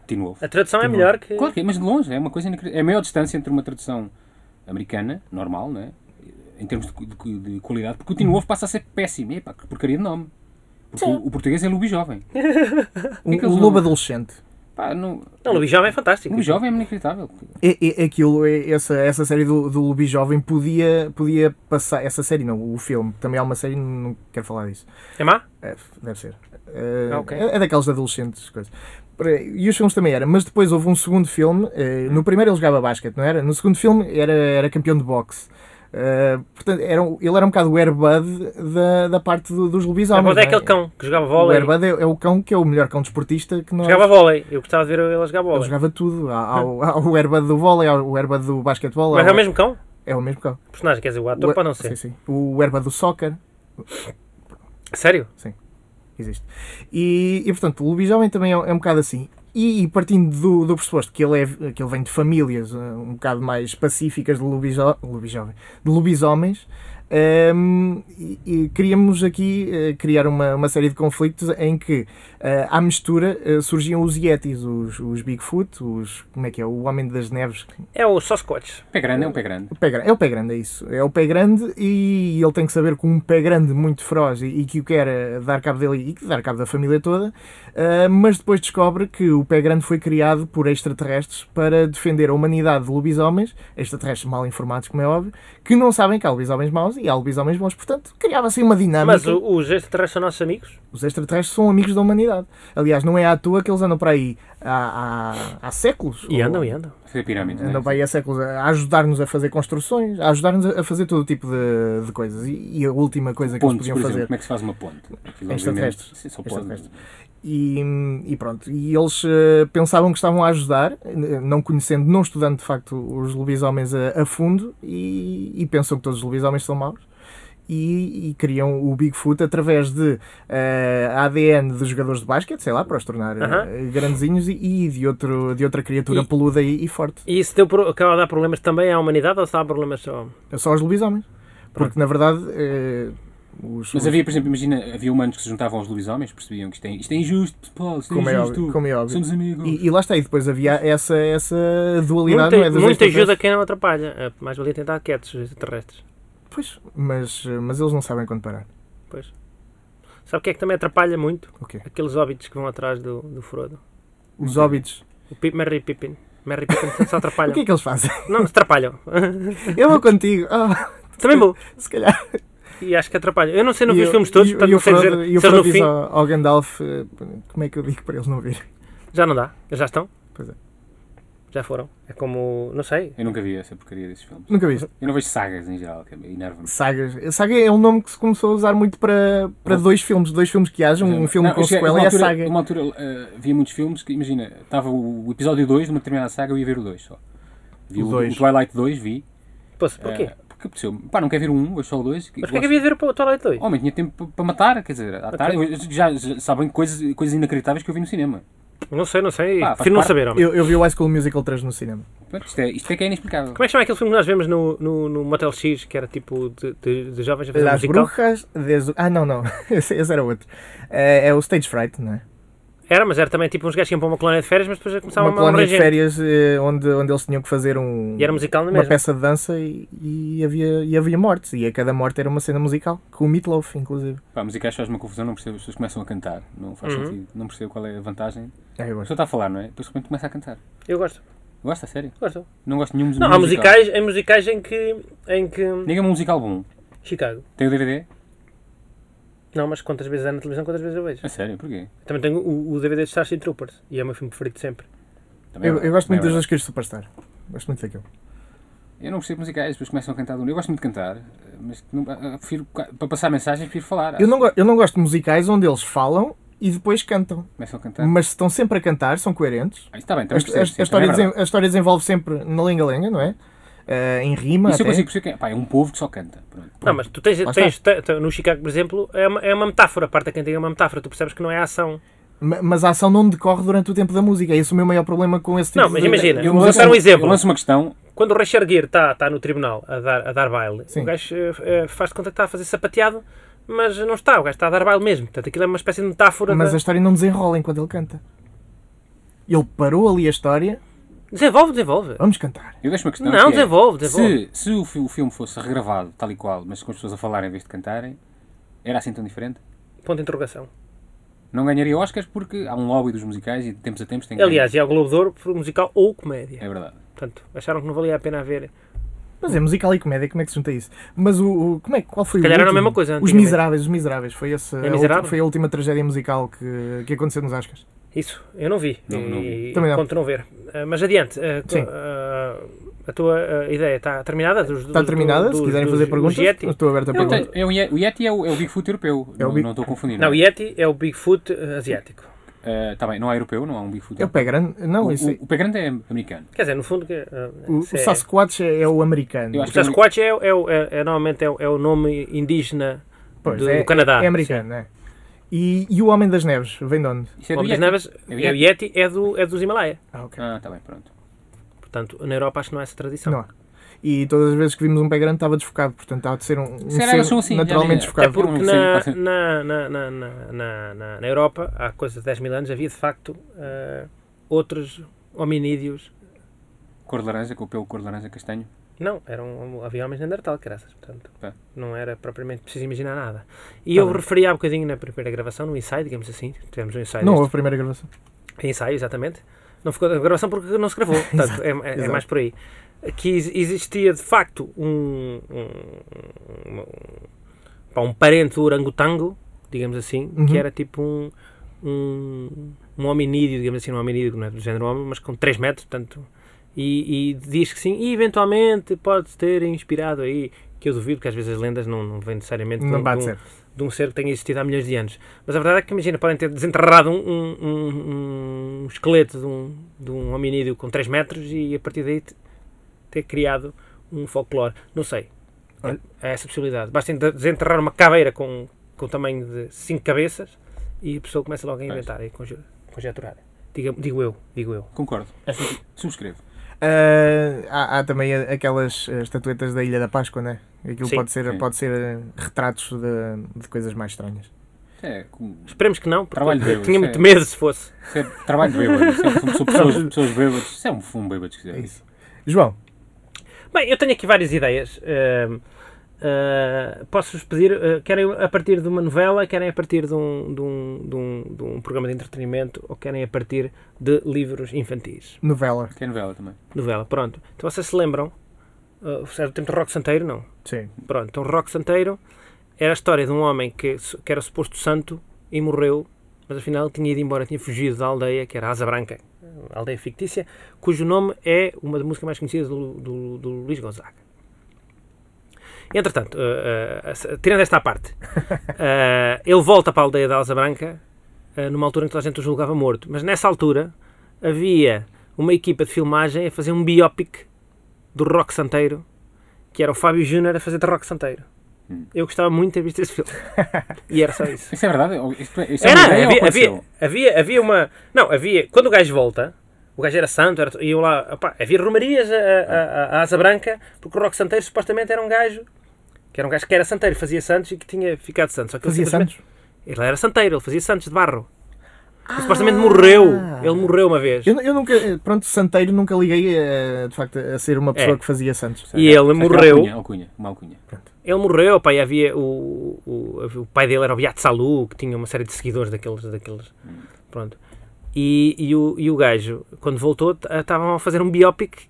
S5: Teen Wolf.
S4: A tradução é
S3: Teen Wolf.
S4: melhor que...
S5: Claro que é, mas de longe, é uma coisa inacreditável. É a maior distância entre uma tradução americana, normal, né? em termos de, cu- de cu- de qualidade, porque o Tino Wolf passa a ser péssimo. Epá, que porcaria de nome. Porque o, o português é Lubi Jovem.
S4: é
S3: Um,
S5: Aqueles
S3: um lobo adolescente.
S5: Pá, não,
S4: Não, Luís Jovem é fantástico.
S5: Lubi Jovem é inacreditável.
S3: É- é- é aquilo, é- essa, essa série do, do Lubi Jovem podia, podia passar. Essa série não, o filme. Também há uma série, não quero falar disso.
S4: É má?
S3: É, deve ser. É,
S4: Ah, ok.
S3: é, é daqueles adolescentes, coisas. Para- E os filmes também eram. Mas depois houve um segundo filme. eh,
S4: Hum.
S3: No primeiro ele jogava basquete, não era? No segundo filme era, era campeão de boxe. Eh, portanto, era, um- ele era um bocado o Airbud da, da parte do- dos
S4: Não,
S3: lobisomens.
S4: mas é
S3: não
S4: aquele cão que jogava
S3: O
S4: vôlei.
S3: Airbud é, é o cão que é o melhor cão desportista que nós.
S4: Jogava vôlei. Eu gostava de ver ele a jogar
S3: ele
S4: vôlei. Hum.
S3: jogava tudo. Há, há o- há o Airbud do vôlei, há o Airbud do basquetebol.
S4: Mas
S3: há
S4: é o mesmo cão?
S3: É o mesmo cão.
S4: O personagem, quer dizer, o
S3: O
S4: ator
S3: er-
S4: pode não ser.
S3: Sim, sim. O erva do soccer
S4: Sério?
S3: existe. E, e, portanto, o lobisomem também é, um- é um bocado assim. E, e partindo do, do pressuposto que ele, é, que ele vem de famílias eh, um bocado mais pacíficas de, lobijo, lobisomem, de lobisomens, ehm, e, e queríamos aqui eh, criar uma, uma série de conflitos em que, eh, à mistura, eh, surgiam os Yetis, os, os Bigfoot, os. Como é que é? O Homem das Neves.
S4: É o Sasquatch.
S5: Pé grande é um pé grande.
S3: O pé grande- é o pé grande, é isso. É o pé grande e ele tem que saber que um pé grande muito feroz e, e que o quer eh, dar cabo dele e que dar cabo da família toda, eh, mas depois descobre que o pé grande foi criado por extraterrestres para defender a humanidade de lobisomens, extraterrestres mal informados, como é óbvio, que não sabem que há lobisomens maus e há lobisomens bons. Portanto, criava assim uma dinâmica.
S4: Mas o- os extraterrestres são nossos amigos?
S3: Os extraterrestres são amigos da humanidade. Aliás, não é à toa que eles andam para aí há, há- há séculos.
S4: E
S3: ou-
S4: andam, e andam.
S5: Fazer pirâmide.
S3: Andam
S5: Não é?
S3: para aí há séculos a ajudar-nos a fazer construções, a ajudar-nos a fazer todo tipo de, de coisas. E, e a última coisa que
S5: Pontes,
S3: eles
S5: por
S3: podiam
S5: exemplo.
S3: fazer.
S5: Como é que se faz uma ponte? Aquilo, é
S3: Extraterrestres.
S5: obviamente, Sim, só pode.
S3: Extraterrestres. E, e pronto. E eles eh, pensavam que estavam a ajudar, eh, não conhecendo, não estudando de facto os lobisomens a, a fundo, e, e pensam que todos os lobisomens são maus. E, e criam o Bigfoot através de eh, ADN dos jogadores de basquete, sei lá, para os tornar eh,
S4: Aham.
S3: grandezinhos e, e de, outro, de outra criatura
S4: E-
S3: peluda e, e forte.
S4: E isso deu, pro- acaba a dar problemas também à humanidade ou só há problemas só...
S3: É Só os lobisomens. Porque
S4: Pronto.
S3: na verdade. eh, os,
S5: Mas
S3: os-
S5: havia, por exemplo, imagina, havia humanos que se juntavam aos lobisomens, percebiam que isto é, isto é injusto, pessoal, isto é
S3: Como é
S5: injusto.
S3: óbvio, como é óbvio.
S5: Somos amigos.
S3: E, e lá está, e depois havia essa, essa dualidade,
S4: Muita,
S3: não é? dos
S4: muita
S3: extraterrestres.
S4: ajuda quem não atrapalha. É, Mais valia tentar quietos os extraterrestres.
S3: Pois, mas, mas eles não sabem quando parar.
S4: Pois. Sabe o que é que também atrapalha muito?
S3: O quê?
S4: Aqueles óbitos que vão atrás do, do Frodo.
S3: Os óbitos.
S4: O Pip, Merry Pippin. Merry Pippin só
S3: O
S4: atrapalham.
S3: que é que eles fazem?
S4: Não, se atrapalham.
S3: Eu vou contigo. Ah,
S4: também vou.
S3: se calhar.
S4: E acho que atrapalha. Eu não sei, não vi
S3: E
S4: os
S3: o-
S4: filmes todos,
S3: e o-
S4: portanto
S3: e o
S4: não sei
S3: Frodo-
S4: dizer
S3: E o
S4: se eles
S3: Frodo
S4: no
S3: diz
S4: fim.
S3: ao, ao Gandalf, eh, como é que eu digo para eles não virem?
S4: Já não dá, eles já estão.
S3: Pois é.
S4: Já foram. É como, não sei,
S5: Eu nunca vi essa porcaria desses filmes.
S3: Nunca viste?
S5: Eu não vejo sagas em geral, que é enerva-me.
S3: Sagas. Saga é um nome que se começou a usar muito para, para dois filmes. Dois filmes que hajam, um filme
S5: Não,
S3: com
S4: é
S5: eu cheguei-
S3: sequela
S5: uma
S3: e a
S5: altura-
S3: saga.
S5: Uma altura eh, havia muitos filmes que, imagina, estava o o episódio 2 de uma determinada saga, eu ia ver o 2 só. Vi
S3: O
S5: o,
S3: dois.
S5: o Twilight 2, vi.
S4: Poxa, porquê?
S5: eh, porque apeteceu-me. Pá, não quer ver o 1, hoje só o 2.
S4: Mas porquê é que havia de ver para o Twilight 2?
S5: Homem, tinha tempo para matar, quer dizer, à tarde. eu- eu Já, já sabem coisas, coisas inacreditáveis que eu vi no cinema.
S4: Não sei, não sei.
S5: Pá, faz
S4: Prefiro não
S5: parte.
S4: saber, homem.
S3: Eu, eu vi o High School Musical 3 no cinema.
S5: Pronto, Isto é, isto é que é inexplicável.
S4: Como é que chama aquele filme que nós vemos no, no, no Motel X, que era tipo de, de, de jovens a fazer
S3: Las
S4: musical?
S3: Brujas. Desde... Ah, não, não. esse, esse era outro. É, é o Stage Fright, não é?
S4: Era, mas era também tipo uns gajos que iam para uma colónia de férias, mas depois começavam
S3: uma
S4: a mamar
S3: colónia
S4: uma
S3: de
S4: gente.
S3: férias eh, onde, onde eles tinham que fazer um,
S4: E era musical na
S3: uma
S4: mesma.
S3: peça de dança e, e havia, e havia mortes. E a cada morte era uma cena musical, com o Meatloaf, inclusive.
S5: Pá, musicais faz uma confusão, não percebo. As pessoas começam a cantar, não faz
S4: Uhum.
S5: sentido. Não percebo qual é a vantagem.
S3: É, eu
S5: A
S3: gosto.
S5: pessoa está a falar, não é? Depois de repente começa a cantar.
S4: Eu gosto,
S5: Gosta, a sério?
S4: gosto.
S5: Não gosto de nenhum
S4: Não, há
S5: musical.
S4: musicais, há musicais em que. em que.
S5: Diga-me um musical bom.
S4: Chicago.
S5: Tem o DVD?
S4: Não, mas quantas vezes há na televisão, quantas vezes eu vejo.
S5: A sério, porquê?
S3: É.
S4: Também tenho o, o DVD de Starship Troopers e é o meu filme preferido de sempre.
S5: Também é
S3: Eu,
S5: verdade,
S3: eu gosto
S5: também
S3: muito das
S5: é verdade.
S3: duas que Superstar. Gosto muito daquilo.
S5: Eu não percebo musicais, depois começam a cantar. do- Eu gosto muito de cantar, mas não- eu prefiro, para passar mensagens, prefiro falar.
S3: Eu não, go- eu não gosto de musicais onde eles falam e depois cantam.
S5: Começam a cantar.
S3: Mas se estão sempre a cantar, são coerentes.
S5: Ah, isso está
S3: A,
S5: bem,
S3: a-
S5: também percebo. sim,
S3: a
S5: também
S3: história,
S5: é verdade.
S3: desen- a história desenvolve sempre na lenga-lenga, não é? Eh, em rima.
S5: Isso eu
S3: até.
S5: consigo perceber. que é- Pá, é um povo que só canta. Pronto.
S4: Não, mas tu tens,
S3: Lá
S4: tens te- te- no Chicago, por exemplo, é uma, é uma metáfora, a parte da cantiga é uma metáfora, tu percebes que não é ação.
S3: Ma- Mas a ação não decorre durante o tempo da música. É esse o meu maior problema com esse tipo
S4: Não,
S3: de
S4: mas imagina,
S5: Eu
S4: vou
S5: lanço
S4: lançar um
S5: Eu
S4: exemplo.
S5: lanço uma questão.
S4: Quando o Richard Gere está tá no tribunal a dar, a dar baile,
S3: Sim.
S4: o gajo eh, eh, faz de conta que está a fazer sapateado, mas não está, o gajo está a dar baile mesmo. Portanto, aquilo é uma espécie de metáfora.
S3: Mas
S4: da-
S3: a história não desenrola enquanto ele canta. Ele parou ali a história.
S4: Desenvolve, desenvolve.
S3: Vamos cantar.
S5: Eu deixo uma questão.
S4: Não,
S5: que é,
S4: desenvolve, desenvolve.
S5: Se, se o, fi- o filme fosse regravado tal e qual, mas com as pessoas a falarem em vez de cantarem, era assim tão diferente?
S4: Ponto de interrogação.
S5: Não ganharia Oscars porque há um lobby dos musicais e de tempos a tempos tem que
S4: Aliás, é o Globo de Ouro por musical ou comédia.
S5: ganhar. É verdade.
S4: Portanto, acharam que não valia a pena haver.
S3: Mas é musical e comédia, como é que se junta isso? Mas o, o- como é, qual foi
S4: Se calhar
S3: o
S4: era a
S3: último?
S4: mesma coisa,
S3: Os
S4: antigamente. É
S3: Miseráveis, Os Miseráveis. Foi, esse, a,
S4: Miserável?
S3: ulti- foi a última tragédia musical que, que aconteceu nos Oscars.
S4: Isso, eu não vi.
S5: Não, não
S4: e,
S5: vi.
S3: Também não.
S4: Conto não ver. Ah, mas adiante, ah,
S3: Sim.
S4: ah, a tua ah, ideia está terminada? Dos-
S3: Está
S4: dos-
S3: terminada?
S4: dos-
S3: se quiserem
S4: dos-
S3: fazer
S4: dos
S3: perguntas,
S4: Yeti?
S3: estou aberto a
S5: Eu
S3: perguntas.
S5: tenho- é o Ye- o Yeti é o, é o Bigfoot europeu.
S3: É o
S5: não,
S3: Big-
S5: não estou a confundir.
S4: Não, Yeti é o Bigfoot ah, asiático.
S5: Está Eh, tá bem, não há europeu, não há um Bigfoot
S3: É o
S5: europeu.
S3: pé grande. Não,
S5: O,
S3: isso é-
S5: o, o pé grande é americano.
S4: Quer dizer, no fundo, que, ah,
S3: o, o
S4: isso é-
S3: Sasquatch é, é o americano.
S5: Eu
S4: o
S5: acho
S4: Sasquatch é, é, o- é- é normalmente é, o- é o nome indígena
S3: Pois,
S4: do,
S3: é-
S4: do Canadá.
S3: É americano, não é? E, e o Homem das Neves, vem de onde?
S5: Isso é
S4: O
S5: do
S4: Homem das
S5: Yeti.
S4: Neves,
S5: É o
S4: é o Yeti é, do, é dos Himalaia.
S3: Ah, ok.
S5: Ah, está bem, pronto.
S4: Portanto, na Europa acho que não há essa tradição.
S3: Não há. E todas as vezes que vimos um pé grande estava desfocado, portanto estava de ser um, um
S5: Se calhar eles
S3: ser
S5: são assim, já nem-
S3: naturalmente
S4: É
S3: desfocado.
S5: por-
S4: porque
S5: Sim,
S4: na,
S5: parece-
S4: na, na, na, na, na- na- na Europa, há coisa de 10 mil anos, havia de facto ah, outros hominídeos.
S5: Cor de laranja, com o pelo cor de laranja castanho.
S4: Não, eram, havia homens de Neandertal, graças. Portanto,
S5: Tá.
S4: não era propriamente preciso imaginar nada. E
S3: Tá
S4: eu
S3: bem.
S4: referi há bocadinho na primeira gravação, no ensaio, digamos assim. Tivemos um ensaio.
S3: Não
S4: deste-
S3: houve primeira gravação.
S4: ensaio, exatamente. Não ficou a gravação porque não se gravou. Portanto, é, é- é
S3: exato.
S4: mais por aí. Que ex- existia de facto um. um, um, pá, um parente do orangotango, digamos assim,
S3: Uhum.
S4: que era tipo um. um, um hominídeo, digamos assim, um hominídeo, não é do género homem, mas com 3 metros, portanto. E, e diz que sim, e eventualmente pode ter inspirado aí, que eu duvido, porque às vezes as lendas não, não vêm necessariamente de um-
S3: Não bate
S4: de um-
S3: certo.
S4: de um ser que tenha existido há milhões de anos. Mas a verdade é que, imagina, podem ter desenterrado um, um- um- um esqueleto de um, de um hominídeo com 3 metros e a partir daí te- ter criado um folclore. Não sei.
S3: Olha.
S4: Há essa possibilidade. Basta de- desenterrar uma caveira com, com o tamanho de 5 cabeças e a pessoa começa logo a
S5: Pois.
S4: inventar e conje- conjeturar. Diga- digo eu, digo eu.
S5: Concordo. Subscrevo.
S3: Ah, há, há também a- aquelas eh, estatuetas da Ilha da Páscoa, né? Aquilo
S4: Sim.
S3: pode ser,
S5: Sim.
S3: pode ser eh, retratos de, de coisas mais estranhas.
S5: É, com-
S4: Esperemos que não, porque
S5: Trabalho
S4: eu
S5: meu,
S4: tinha
S5: isso
S4: muito
S5: é.
S4: medo se fosse.
S5: Isso é trabalho bêbado. Isso é um filme sobre pessoas, pessoas bêbadas. Isso é um filme bêbado, se
S3: É
S5: quiser.
S3: isso. João,
S4: Bem, eu tenho aqui várias ideias. Ahm, ah, Posso-vos pedir, ah, querem a partir de uma novela, querem a partir de um, de, um, de, um, de um programa de entretenimento ou querem a partir de livros infantis?
S3: novela.
S5: Que é novela também.
S4: Novela, pronto. Então vocês se lembram, ah, vocês do tempo do Rock Santeiro, não?
S3: Sim.
S4: Pronto, então Rock Santeiro era a história de um homem que, su- que era suposto santo e morreu, mas afinal tinha ido embora, tinha fugido da aldeia, que era Asa Branca, uma aldeia fictícia, cujo nome é uma das músicas mais conhecidas do, do, do Luís Gonzaga. Entretanto, eh, eh, essa- tirando esta à parte, eh, ele volta para a aldeia da Asa Branca, eh, numa altura em que toda a gente o julgava morto, mas nessa altura havia uma equipa de filmagem a fazer um biopic do Rock Santeiro, que era o Fábio Júnior a fazer de Rock Santeiro. Eu gostava muito de ter visto esse filme. E era só isso.
S5: Isso é verdade? Ou Isto é, isto é
S4: Era,
S5: uma ideia ou
S4: havia, havia,
S5: aconteceu?
S4: havia, havia uma. Não, havia. Quando o gajo volta, o gajo era santo, era, iam lá. opá, havia romarias a,
S5: É.
S4: a- a- a asa branca, porque o Roque Santeiro supostamente era um gajo. Que era um gajo que era santeiro, fazia santos e que tinha ficado santo. Só que ele
S3: Fazia
S4: simplesmente-
S3: Santos?
S4: Ele era santeiro, ele fazia santos de barro.
S5: Ah.
S4: Ele supostamente morreu. Ele morreu uma vez.
S3: Eu, eu nunca, eh, pronto, Santeiro nunca liguei eh, de facto a ser uma pessoa
S4: É.
S3: que fazia Santos.
S4: E ele
S5: Isto é
S4: morreu.
S5: Alcunha, alcunha, uma alcunha.
S4: Ele morreu, pá, e havia o, o, o pai dele era o Beato Salu, que tinha uma série de seguidores daqueles. daqueles pronto. E, e, o, e o gajo, quando voltou, t- estavam a fazer um biopic.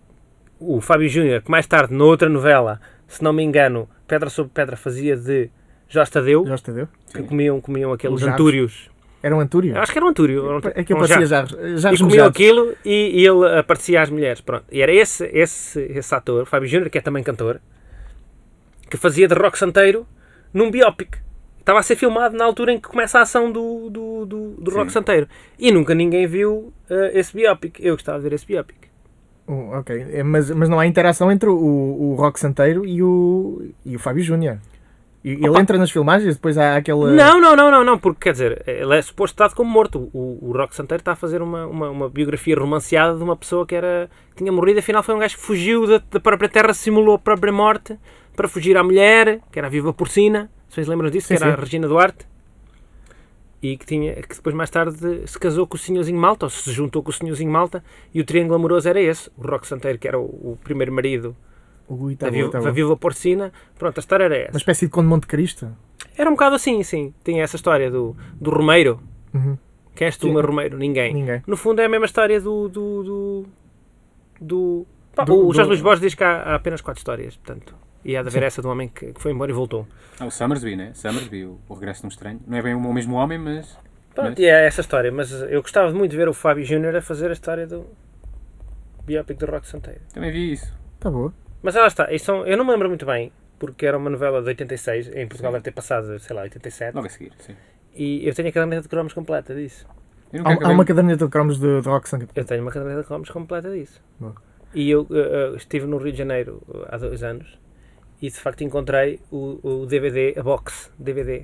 S4: O Fábio Júnior, que mais tarde, noutra novela, se não me engano, Pedra sobre Pedra, fazia de Jorge Tadeu,
S3: Já estadeu?
S4: que comiam, comiam aqueles
S3: Os jarros.
S4: antúrios.
S3: Era um Antúrio?
S4: Eu acho que era um antúrio. era um-
S3: É que
S4: um
S3: aparecia
S4: jarro.
S3: Jarros. Jarros
S4: E
S3: no
S4: comia
S3: Jarros.
S4: aquilo e, e ele aparecia às mulheres. Pronto. E era esse, esse, esse ator, Fábio Júnior, que é também cantor, que fazia de rock santeiro num biopic. Estava a ser filmado na altura em que começa a ação do, do, do, do rock
S5: Sim.
S4: santeiro. E nunca ninguém viu eh, esse biopic. Eu gostava de ver esse biopic.
S3: Hum, ok, É, mas, mas não há interação entre o, o Rock Santeiro e o, e o Fábio Júnior. E- Ele
S4: Opa.
S3: entra nas filmagens, depois há aquela.
S4: Não, não, não, não, não, porque quer dizer, ele é suposto dado como morto. O, o Rock Santeiro está a fazer uma, uma, uma biografia romanceada de uma pessoa que era que tinha morrido, afinal foi um gajo que fugiu da, da própria terra, simulou a própria morte para fugir à mulher, que era a viva porcina, vocês lembram disso,
S3: Sim,
S4: que era
S3: sim.
S4: a Regina Duarte, e que, tinha, que depois mais tarde se casou com o Senhorzinho Malta, ou se juntou com o Senhorzinho Malta, e o triângulo amoroso era esse, o Rock Santeiro, que era o, o primeiro marido
S3: Ui, tá
S4: da,
S3: bom,
S4: viva,
S3: tá
S4: da
S3: bom.
S4: viúva porcina, pronto, a história era essa.
S3: Uma espécie de Conde Monte Cristo.
S4: Era um bocado assim, sim. Tinha essa história do, do Romeiro.
S3: Uhum.
S4: Quem és tu,
S3: Sim.
S4: meu Romeiro? Ninguém.
S3: Ninguém.
S4: No fundo é a mesma história do. do. do. do- pá,
S3: Do-
S4: o Jorge
S3: do-
S4: Luís Borges diz que há, há apenas quatro histórias, portanto. E há de haver essa do homem que, que foi embora e voltou.
S5: Ah, o Summersby, né? Summersby, o, o Regresso de um Estranho. Não é bem o mesmo homem, mas.
S4: Pronto,
S5: Mas-
S4: e é essa história. Mas eu gostava muito de ver o Fábio Júnior a fazer a história do. Biopic do Rock Santeiro.
S5: Também vi isso.
S3: Tá boa.
S4: Mas lá está, isso são- eu não me lembro muito bem, porque era uma novela de 86, em Portugal deve ter passado, sei lá, 87,
S5: Logo a seguir, sim.
S4: e eu tenho a caderneta de cromos completa disso.
S5: Eu
S3: Há,
S5: nunca
S3: há
S5: acabei-
S3: uma caderneta de cromos de, de Rock Santeiro.
S4: Eu tenho uma caderneta de cromos completa disso.
S3: Bom.
S4: E eu eh, eh, estive no Rio de Janeiro eh, há dois anos e de facto encontrei o, o DVD, a box DVD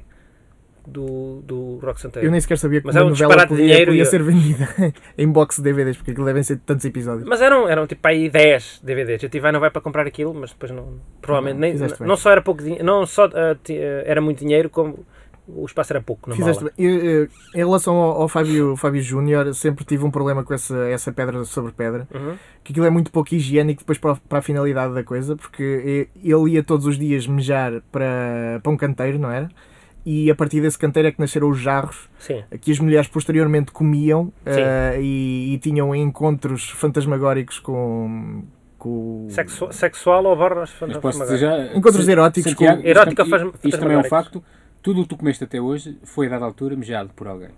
S4: do, do Rock Santeiro.
S3: Eu nem sequer sabia que
S4: Mas
S3: uma
S4: é um
S3: novela
S4: disparate de
S3: podia,
S4: dinheiro
S3: podia
S4: e-
S3: ser vendida em box de DVDs, porque aquilo devem ser tantos episódios.
S4: Mas eram, eram tipo aí 10 DVDs. Eu tive, ah, não vai para comprar aquilo, mas depois não. Provavelmente
S3: Não,
S4: nem.
S3: Ah, fizeste bem.
S4: Não só era pouco dinheiro, não só eh, ti- eh, era muito dinheiro, como o espaço era pouco. Na
S3: Fizeste
S4: mala.
S3: bem. Eu, eu, em relação ao, ao Fábio, Fábio Júnior, sempre tive um problema com essa, essa pedra sobre pedra.
S4: Uhum.
S3: Que aquilo é muito pouco higiênico depois para, a- para a finalidade da coisa, porque e- ele ia todos os dias mejar para, para um canteiro, não era? E a partir desse canteiro é que nasceram os jarros
S4: Sim.
S3: que as mulheres posteriormente comiam
S4: Sim.
S3: eh, e, e tinham encontros fantasmagóricos com. com...
S4: Sexu- sexual ou barras
S5: Mas posso
S4: fantasmagóricas.
S5: dizer já.
S3: Encontros eróticos
S5: Santiago,
S3: com.
S5: isto-
S4: Erótica
S5: i-
S4: faz-
S5: Isto também é um
S4: fantasmagóricos.
S5: facto. Tudo o que tu comeste até hoje foi, a dada altura, mejado por alguém.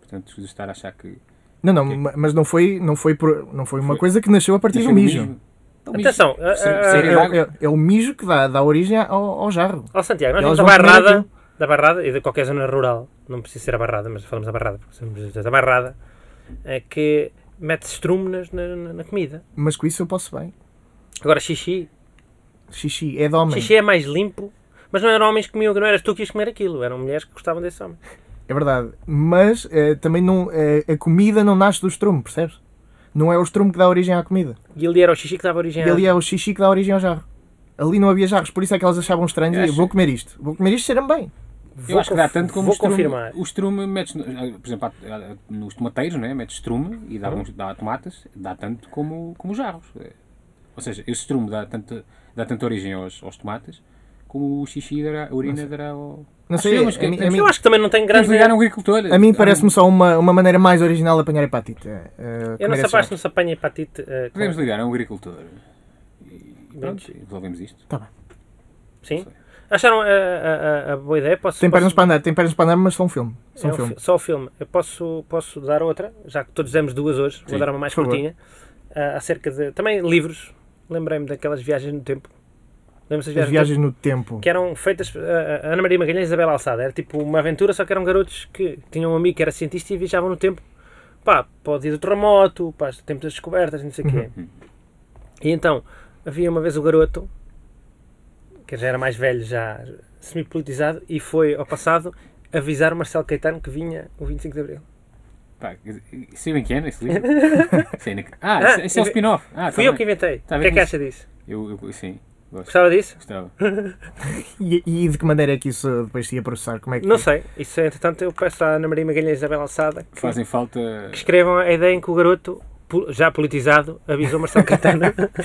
S5: Portanto, de estar a achar que.
S3: Não, não, ma- mas não foi, não foi, por- não foi uma
S5: Foi.
S3: coisa que nasceu a partir
S5: Nasceu
S3: do
S5: no
S3: mijo.
S5: É um mijo.
S4: Atenção, eh,
S5: Ser-
S4: eh,
S3: É,
S5: ser-
S3: é- é- é o mijo que dá, dá origem ao, ao jarro.
S4: Ó Santiago, nós
S3: Elas
S4: vamos da
S3: vão comer
S4: Barrada,
S3: aquilo.
S4: da Barrada e de qualquer zona rural, não precisa ser a Barrada, mas falamos da Barrada, porque somos da Barrada, é que mete estrúmenas na, na- na comida.
S3: Mas com isso eu posso bem.
S4: Agora xixi,
S3: Xixi, é de homem.
S4: xixi é mais limpo, mas não eram homens que comiam, não eras tu que ias comer aquilo, eram mulheres que gostavam desse homem.
S3: É verdade. Mas eh, também não, eh, a comida não nasce do estrume, percebes? Não é o estrume que dá origem à comida.
S4: E ali era o xixi que dava origem
S3: E ali
S4: a...
S3: é o xixi que dá origem ao jarro. Ali não havia jarros, por isso é que elas achavam estranho
S5: Eu
S3: e
S5: acho-
S3: vou comer isto. Vou comer isto, cheira bem.
S5: Eu acho que dá
S4: conf-
S5: tanto como
S4: vou
S5: o estrume.
S4: confirmar.
S5: O estrume metes, no- eh, por exemplo, há- há- nos tomateiros, né? metes estrume e
S4: Uhum.
S5: dá, uns, dá tomates, dá tanto como, como os jarros. É. Ou seja, esse estrume dá tanto, dá tanto origem aos, aos tomates como o xixi dará, a urina dará ao.
S3: Não
S5: Acho
S3: sei,
S5: eu,
S3: a,
S5: mas que-
S3: mim- a
S5: temos-
S3: mim-
S4: Eu acho que também não tem
S5: Vamos
S4: grande...
S5: ligar a um agricultor.
S3: a mim parece-me só uma, uma maneira mais original de apanhar hepatite. eh,
S4: Eu não
S3: comer
S4: sei
S3: esse
S4: acho
S3: jarro.
S4: que não se apanha hepatite... eh, com-
S5: assim, Podemos ligar a um agricultor. E e pronto, resolvemos isto.
S4: Sim? Acharam eh, a, a- a- a boa ideia? Posso,
S3: Tem pernas
S4: posso...
S3: para andar, tem pernas para andar, mas só um filme. Só
S4: É
S3: um
S4: um
S3: filme.
S4: fi- só o filme. Eu posso, posso dar outra, já que todos demos duas hoje, vou
S5: Sim,
S4: dar uma mais
S3: por favor.
S4: curtinha. Ah, acerca de. Também livros. Lembrei-me daquelas viagens no tempo. Lembro-se das
S3: As
S4: viagens, no
S3: viagens no tempo.
S4: tempo? Que é- eram feitas. ah, ah, Ana Maria Magalhães e Isabel Alçada. Era tipo uma aventura, só que eram garotos que tinham um amigo que era cientista e viajavam no tempo. Pá, pode ir do terremoto, pá, do tempo das descobertas, não sei o quê.
S5: Uhum.
S4: E então, havia uma vez o garoto, que já era mais velho, já semi-politizado e foi ao passado avisar o Marcelo Caetano que vinha o 25 de Abril.
S5: Pá, quer dizer, saiu em que ano esse livro? Isso é inac- ah, isso- isso é o spin-off. Ah,
S4: Fui
S5: tá
S4: eu
S5: bem.
S4: que inventei.
S5: Tá
S4: o
S5: bem
S4: que é que
S5: que
S4: acha disso?
S5: Eu, eu, sim, gosto.
S4: Gostava disso?
S5: Gostava.
S3: E, e de que maneira é que isso eh, depois se ia processar? Como é que
S4: Não sei. Isso, entretanto, eu peço à Ana Maria Magalhães e Isabel Alçada que,
S5: Fazem falta.
S4: que escrevam a ideia em que o garoto, po- já politizado, avisou Marcelo Caetano.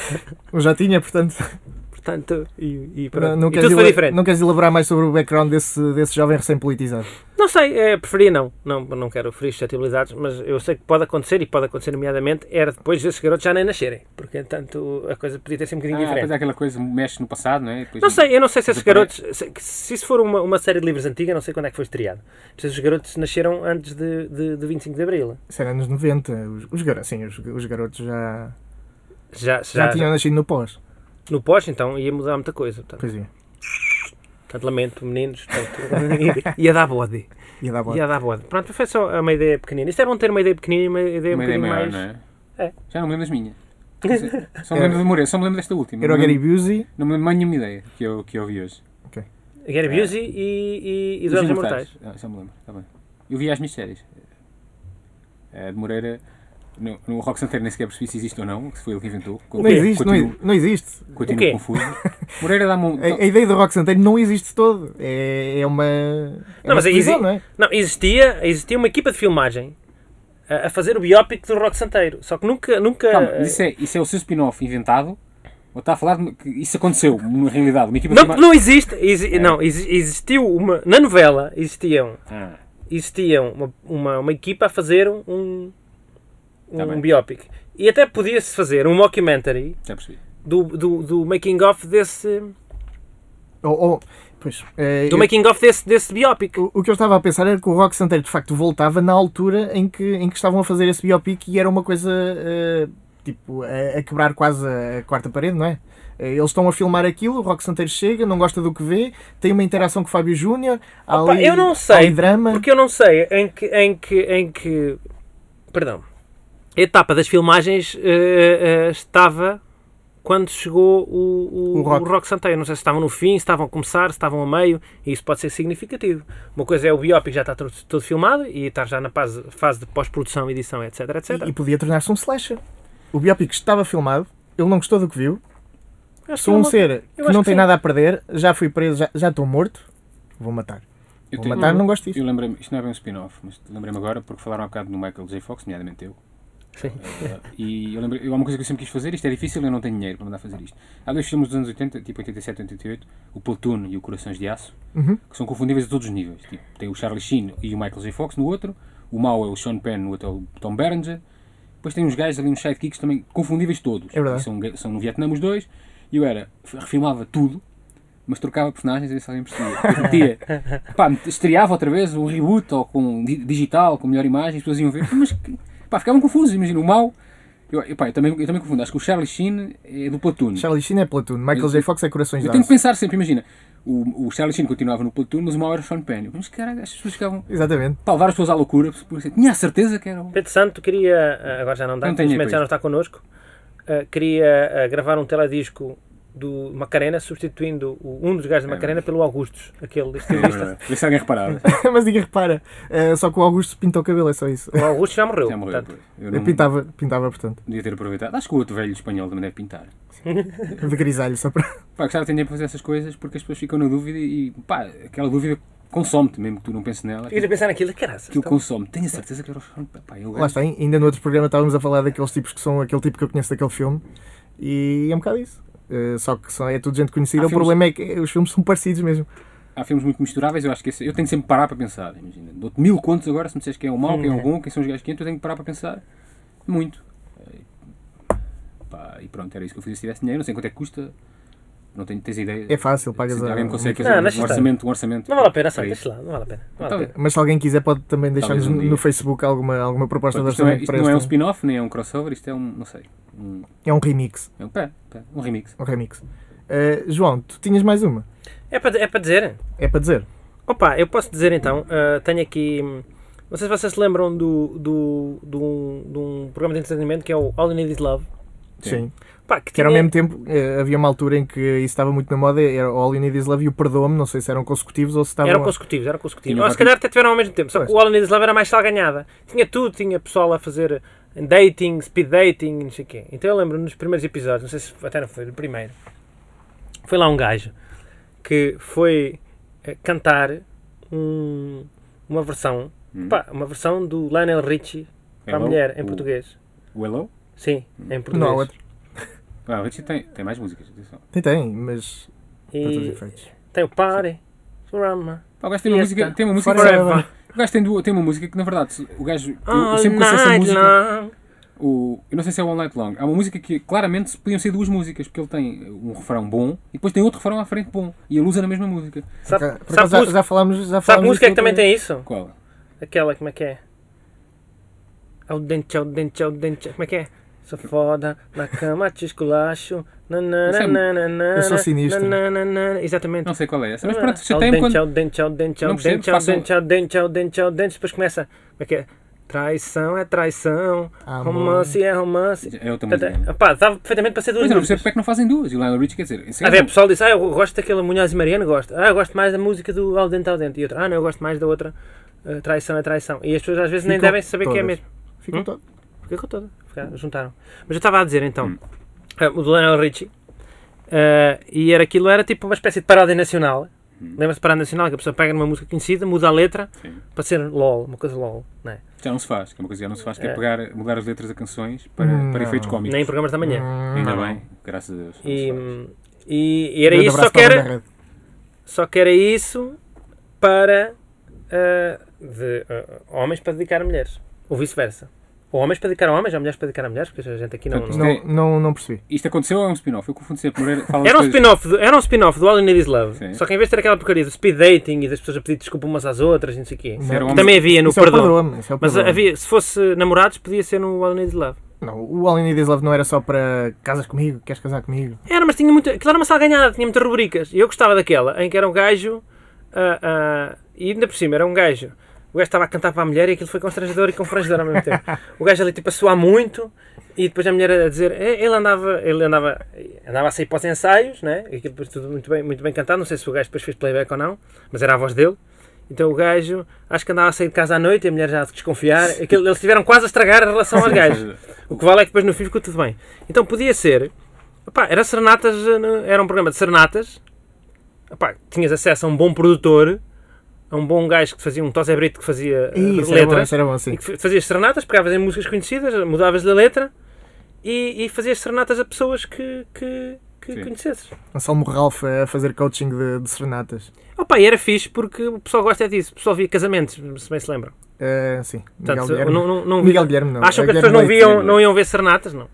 S3: Eu já tinha, portanto.
S4: Portanto, e, e pronto.
S3: Não, não,
S4: E
S3: queres
S4: tudo foi
S3: elab-
S4: diferente.
S3: não queres elaborar mais sobre o background desse, desse jovem recém-politizado?
S4: Não sei, eh, preferia não. não. Não quero ferir suscetibilidades, mas eu sei que pode acontecer, e pode acontecer nomeadamente, era depois desses garotos já nem nascerem. Porque, entanto, a coisa podia ter sido um bocadinho
S5: Ah,
S4: diferente.
S5: depois há aquela coisa, mexe no passado, não é? Depois-
S4: Não sei, eu não sei se esses
S5: Desaparece.
S4: garotos. Se, que se isso for uma, uma série de livros antiga, não sei quando é que foi estreado. Se esses garotos nasceram antes de, de, de 25 de Abril.
S3: Isso era anos 90. Os, os, gar- sim, os, os garotos já,
S4: Já, já,
S3: já, tinham nascido no pós.
S4: No pós, então, ia mudar muita coisa. Portanto,
S3: Pois é.
S4: Portanto, lamento, meninos. Portanto, ia dar bode.
S3: Ia dar bola.
S4: Ia dar bode. Pronto, foi só uma ideia pequenina. Isto é bom ter uma ideia pequenina e uma ideia um
S5: Uma ideia
S4: bocadinho
S5: maior, é?
S4: mais.
S5: não é?
S4: É.
S5: Já não me lembro das minhas. Só me lembro de Moreira, só me lembro desta última.
S3: Era o
S5: Não me
S3: Gary
S5: lembro-
S3: Busey.
S5: Não me lembro mais nenhuma ideia que eu, que eu vi hoje.
S4: Gary
S5: É.
S4: Busey e, e, e
S5: Os
S4: Duelos Imortais.
S5: Ah, já me lembro, está bem. Eu vi as minhas séries. Eh, de Moreira, no, no Rock Santeiro nem sequer percebi se existe ou não, que foi ele que inventou.
S3: Não existe, não,
S5: Continuo,
S3: e- não existe.
S5: continuo
S4: O quê? É,
S5: confuso. Moreira dá-me um.
S3: A, a ideia do Rock Santeiro não existe de todo. É, é uma. É uma
S4: mas é
S3: televisão,
S4: exi-
S3: não é?
S4: Não, existia, existia uma equipa de filmagem a, a fazer o biópico do Rock Santeiro. Só que nunca. nunca
S5: Calma, mas isso é, isso é o seu spin-off inventado? Ou está a falar de que isso aconteceu, na realidade? é Uma É. equipa
S4: eh, Não,
S5: de filma-
S4: não existe. exi- Não, exi- existiu uma. Na novela existiam,
S5: Ah,
S4: existiam uma, uma, uma equipa a fazer um, um,
S5: Tá bem.
S4: biópico. E até podia-se fazer um mockumentary
S5: já percebi.
S4: do, do, do making of desse.
S3: Ou, ou- pois, é,
S4: Do
S3: eu-
S4: making of desse, desse biópico.
S3: o, o que eu estava a pensar era que o Rock Santeiro de facto voltava na altura em que, em que estavam a fazer esse biopic e era uma coisa eh, tipo a, a quebrar quase a quarta parede, não é? Eh, Eles estão a filmar aquilo, o Rock Santeiro chega, não gosta do que vê, tem uma interação com o Fábio Júnior, há
S4: Opa,
S3: ali-
S4: eu não
S3: há
S4: sei,
S3: ali drama.
S4: Porque eu não sei em que. Em que, em que perdão. A etapa das filmagens eh, eh, estava quando chegou o, o,
S3: O Rock.
S4: o Rock Santeiro. Não sei se estavam no fim, se estavam a começar, se estavam a meio. E isso pode ser significativo. Uma coisa é o biópico já está tudo, tudo filmado e estar já na fase, fase de pós-produção, edição, etc, etc.
S3: E, e podia tornar-se um slasher. O biopic estava filmado, ele não gostou do que viu,
S4: Acho que
S3: sou
S4: é
S3: um
S4: uma-
S3: ser que
S4: acho
S3: não
S4: que
S3: tem
S4: sim.
S3: nada a perder, já fui preso, já- já estou morto, vou matar.
S5: Eu
S3: Vou
S5: tenho- um-
S3: matar, não gosto disso.
S5: Eu lembrei-me, isto não é bem um spin-off, mas lembrei-me agora porque falaram há bocado do Michael J. Fox, nomeadamente eu.
S4: Sim.
S5: Eh, e eu lembrei, eu, há uma coisa que eu sempre quis fazer, isto é difícil, eu não tenho dinheiro para mandar fazer isto. Há dois filmes dos anos 80, tipo 87, 88, o Platoon e o Corações de Aço,
S3: Uhum.
S5: que são confundíveis a todos os níveis. Tipo, tem o Charlie Sheen e o Michael J. Fox no outro, o mau é o Sean Penn, no outro é o Tom Berenger. Depois tem uns gajos ali, uns sidekicks também confundíveis todos.
S3: É verdade.
S5: E São, um ga- são no Vietnã os dois, e eu era, refilmava tudo, mas trocava personagens e ver se alguém percebia. Depois metia pá, estreava outra vez o reboot ou com um di- digital, com melhor imagem, as pessoas iam ver, mas que- pá, ficavam confusos, imagina, o mau. Eu, eu, pá, eu também, eu também confundo, acho que o Charlie Sheen é do Platoon.
S3: Charlie Sheen é Platoon, Michael J. Fox é Corações de
S5: Eu tenho que
S3: Aço.
S5: pensar sempre, imagina, o, o Charlie Sheen continuava no Platoon, mas o mau era o Sean Penn. Eu, Mas caralho, as pessoas ficavam.
S3: Exatamente.
S5: Pá, levar as pessoas à loucura, porque tinha a certeza que era um
S3: É
S5: o.
S4: Pedro Santo queria, ah, agora já não dá,
S5: Não tenho
S4: infelizmente já
S5: coisa.
S4: não está connosco, ah, queria ah, gravar um teledisco do Macarena, substituindo o- um dos gajos da
S5: É
S4: Macarena pelo Augustos, aquele
S5: É
S4: estilista.
S5: verdade. Vê se alguém reparava.
S3: Mas ninguém repara. Eh, só que o Augusto pinta o cabelo, é só isso.
S4: o Augustos já morreu.
S5: Já morreu.
S4: portanto.
S5: pois. Eu
S3: Eu
S5: não
S3: pintava, pintava, portanto,
S5: podia ter aproveitado. Acho que o outro velho espanhol também deve pintar.
S3: de grisalho, só para.
S5: Pá, gostava de ter dinheiro para fazer essas coisas porque as pessoas ficam na dúvida e pá, aquela dúvida consome-te mesmo que tu não penses nela.
S4: Fiquei a pensar naquilo, então. caraças.
S5: Aquilo consome. Tenho a certeza que era o Sean Penn. Pá, ele
S3: Lá está, ainda no outro programa estávamos a falar daqueles tipos que são aquele tipo que eu conheço daquele filme e é um bocado isso. Eh, só que são, é tudo gente conhecida,
S5: Há
S3: o
S5: filmes-
S3: problema é que os filmes são parecidos mesmo.
S5: Há filmes muito misturáveis, eu acho que esse, eu tenho que sempre parar para pensar. Imagina, dou-te mil contos agora se me disseres quem é o mau, quem é o bom, quem são os gajos que entram, eu tenho que parar para pensar. Muito. Eh, Pá, e pronto, era isso que eu fazia se tivesse dinheiro, não sei quanto é que custa. Não tenho, tens ideia.
S3: É fácil, pagas
S5: se
S3: a-
S5: alguém me consegue
S4: Não,
S5: fazer um
S4: deixa estar.
S5: orçamento, um orçamento.
S4: Não vale a pena, só
S5: para isso.
S4: deixa lá, não vale a pena. Não vale a
S5: Então,
S4: pena.
S3: Mas se alguém quiser pode também deixar-nos
S5: Talvez um dia.
S3: no Facebook alguma, alguma proposta de
S5: Isto não é,
S4: assim,
S3: orçamento
S5: isto
S3: para
S5: não é um
S3: este.
S5: spin-off, nem é um crossover, isto é um, não sei, um,
S3: É um remix.
S5: é um, pá, pá, um remix.
S3: Um remix. Eh, João, tu tinhas mais uma.
S4: É para, é para dizer.
S3: É para dizer.
S4: Opa, eu posso dizer então, ah, tenho aqui. hum, Não um sei se vocês se lembram do, do, do, de um programa de entretenimento que é o All You Need Is Love.
S3: Sim.
S4: Pá, que
S3: Que era ao
S4: tinha-
S3: mesmo tempo, eh, havia uma altura em que isso estava muito na moda, era o All You Need Is Love e o Perdoa-me, não sei se eram consecutivos ou se estavam...
S4: Eram consecutivos, eram consecutivos.
S5: Tinha
S4: Ou se
S5: vários-
S4: calhar até tiveram ao mesmo tempo, só que
S3: Pois.
S4: o All Needs Love era mais salganhada. Tinha tudo, tinha pessoal a fazer dating, speed dating e não sei o quê. Então eu lembro nos primeiros episódios, não sei se até não foi, no primeiro, foi lá um gajo que foi eh, cantar um- uma versão,
S5: Hum. É
S4: pá, uma versão do Lionel Richie para a
S5: Hello?
S4: mulher, em
S5: O-
S4: português.
S5: O Hello?
S4: Sim, em português.
S3: Não há outro.
S5: Ah, o Richie tem, tem mais músicas, atenção.
S3: Tem, tem, mas para todos os
S4: E
S3: efeitos.
S4: tem o Party, Rama,
S5: Pá, o gajo tem uma
S4: Esta.
S5: música, tem uma música
S4: Forever,
S5: O gajo tem, duas- tem uma música que, na verdade, se- o gajo. Eu, eu
S4: All
S5: sempre que ouço essa
S4: Night
S5: música.
S4: Long.
S5: o- eu não sei se é All Night Long. Há uma música que claramente se podiam ser duas músicas, porque ele tem um refrão bom e depois tem outro refrão à frente bom. E ele usa na mesma música.
S4: Sabe,
S3: Por
S4: sabe
S3: acaso já,
S4: música,
S3: já falámos... Já
S4: sabe
S3: falámos
S4: música que
S3: disto
S4: também
S3: outra-
S4: tem isso?
S5: Qual?
S4: Aquela, como é que é? Ao dente, ao dente, ao dente. Como é que é? Sou foda, na cama te esculacho.
S5: Isso é-
S4: nananana,
S3: eu sou sinistro.
S4: nananana. Exatamente.
S5: Não sei qual é essa. Mas pronto, já
S4: Ao
S5: tem
S4: dente,
S5: quando.
S4: ao dente, ao dente, ao
S5: Não percebo,
S4: dente, ao
S5: façam-
S4: dente, ao dente, ao dente, ao dente. Depois começa. Como é que é? Traição é traição.
S3: Amor.
S4: Romance é romance.
S5: É outra música.
S4: Tata- Pá, dava perfeitamente para ser duas
S5: Pois eu não percebo
S4: músicas.
S5: porque é que não fazem duas. E o Lionel Richie quer dizer. esse
S4: Ah,
S5: gajo
S4: é, o pessoal diz, ah, eu gosto daquela Munhoz e Mariano, gosto. Ah, eu gosto mais da música do Al Dente Al Dente. E outra, ah, não, eu gosto mais da outra, eh, Traição é Traição. E as pessoas às vezes nem
S3: Ficam
S4: devem saber quem é
S3: todas.
S4: mesmo.
S3: Ficam
S4: Hum?
S3: todo-
S4: Porque com toda, ficaram, juntaram. Mas eu estava a dizer então,
S3: Hum.
S4: eh, o do Lionel Richie, eh, e era aquilo, era tipo uma espécie de paródia nacional.
S3: Hum.
S4: Lembra-se de paródia nacional, que a pessoa pega numa música conhecida, muda a letra
S5: Sim.
S4: para ser LOL, uma coisa LOL, não é?
S5: já não se faz. Que é uma coisa que já não se faz, que
S4: É.
S5: é pegar, mudar as letras a canções para,
S3: Hum, Não.
S5: para efeitos cómicos.
S4: Nem em programas da manhã.
S5: Ainda
S3: Hum.
S5: bem, graças a Deus. não
S4: E, hum,
S5: se faz.
S4: e, e era
S3: Grande
S4: isso, só
S3: abraço
S4: que
S3: para a
S4: era,
S3: Banda Red.
S4: Só que era isso para ah, de, ah, homens para dedicar a mulheres. Ou vice-versa. Ou homens para dedicar a homens, ou mulheres para dedicar a mulheres, porque a gente aqui não.
S5: Portanto,
S4: não-
S5: é-
S3: Não, não, não percebi.
S5: Isto aconteceu ou é um spin-off? Eu confundo sempre. Moreira fala
S4: Era um
S5: de coisas-
S4: spin-off do, era um spin do All You Need Is Love.
S5: é Sim.
S4: Só que em vez de ter aquela porcaria do speed dating e das pessoas a pedir desculpa umas às outras, e não sei o quê.
S3: Não.
S5: Era um
S4: que
S5: homem-
S4: Também havia no
S3: Isso é o
S4: Perdão.
S3: Perdoa-me. isso é o
S4: Mas
S3: Perdoa-me.
S4: havia, se fosse namorados, podia ser no All You Need Is Love.
S3: Não, o All You Need Is Love não era só para casas comigo, queres casar comigo?
S4: Era, mas tinha muito. Aquilo era uma sala ganhada, tinha muitas rubricas. E eu gostava daquela, em que era um gajo. ah, ah, e ainda por cima, era um gajo. O gajo estava a cantar para a mulher e aquilo foi constrangedor e confrangedor ao mesmo tempo. O gajo ali tipo a suar muito e depois a mulher a dizer. eh, Ele andava, ele andava, andava a sair para os ensaios, né? E aquilo depois tudo muito bem, muito bem cantado. Não sei se o gajo depois fez playback ou não, mas era a voz dele. Então o gajo, acho que andava a sair de casa à noite e a mulher já a desconfiar. Aquilo, eles tiveram quase a estragar a relação aos gajos. O que vale é que depois no fim ficou tudo bem. Então podia ser. Epá, era serenatas, eh, no- era um programa de serenatas. Epá, tinhas acesso a um bom produtor, a um bom gajo que fazia um Tosé Brito que fazia eh,
S3: Ih, isso era bom,
S4: letras.
S3: isso era bom, sim.
S4: E que fa- fazias serenatas, pegavas em músicas conhecidas, mudavas a letra e, e fazias serenatas a pessoas que, que, que
S5: Sim.
S4: conhecesses.
S3: Anselmo Ralph a fazer coaching de, de serenatas.
S4: Opa, e era fixe porque o pessoal gosta é disso. O pessoal via casamentos, se bem se lembram.
S3: Eh, sim, Miguel
S4: Portanto,
S3: Guilherme.
S4: não, não, não vi-
S3: Miguel Guilherme não.
S4: Acham
S3: É
S4: que as
S3: Guilherme
S4: pessoas não,
S3: Leite.
S4: viam, não iam ver serenatas? Não.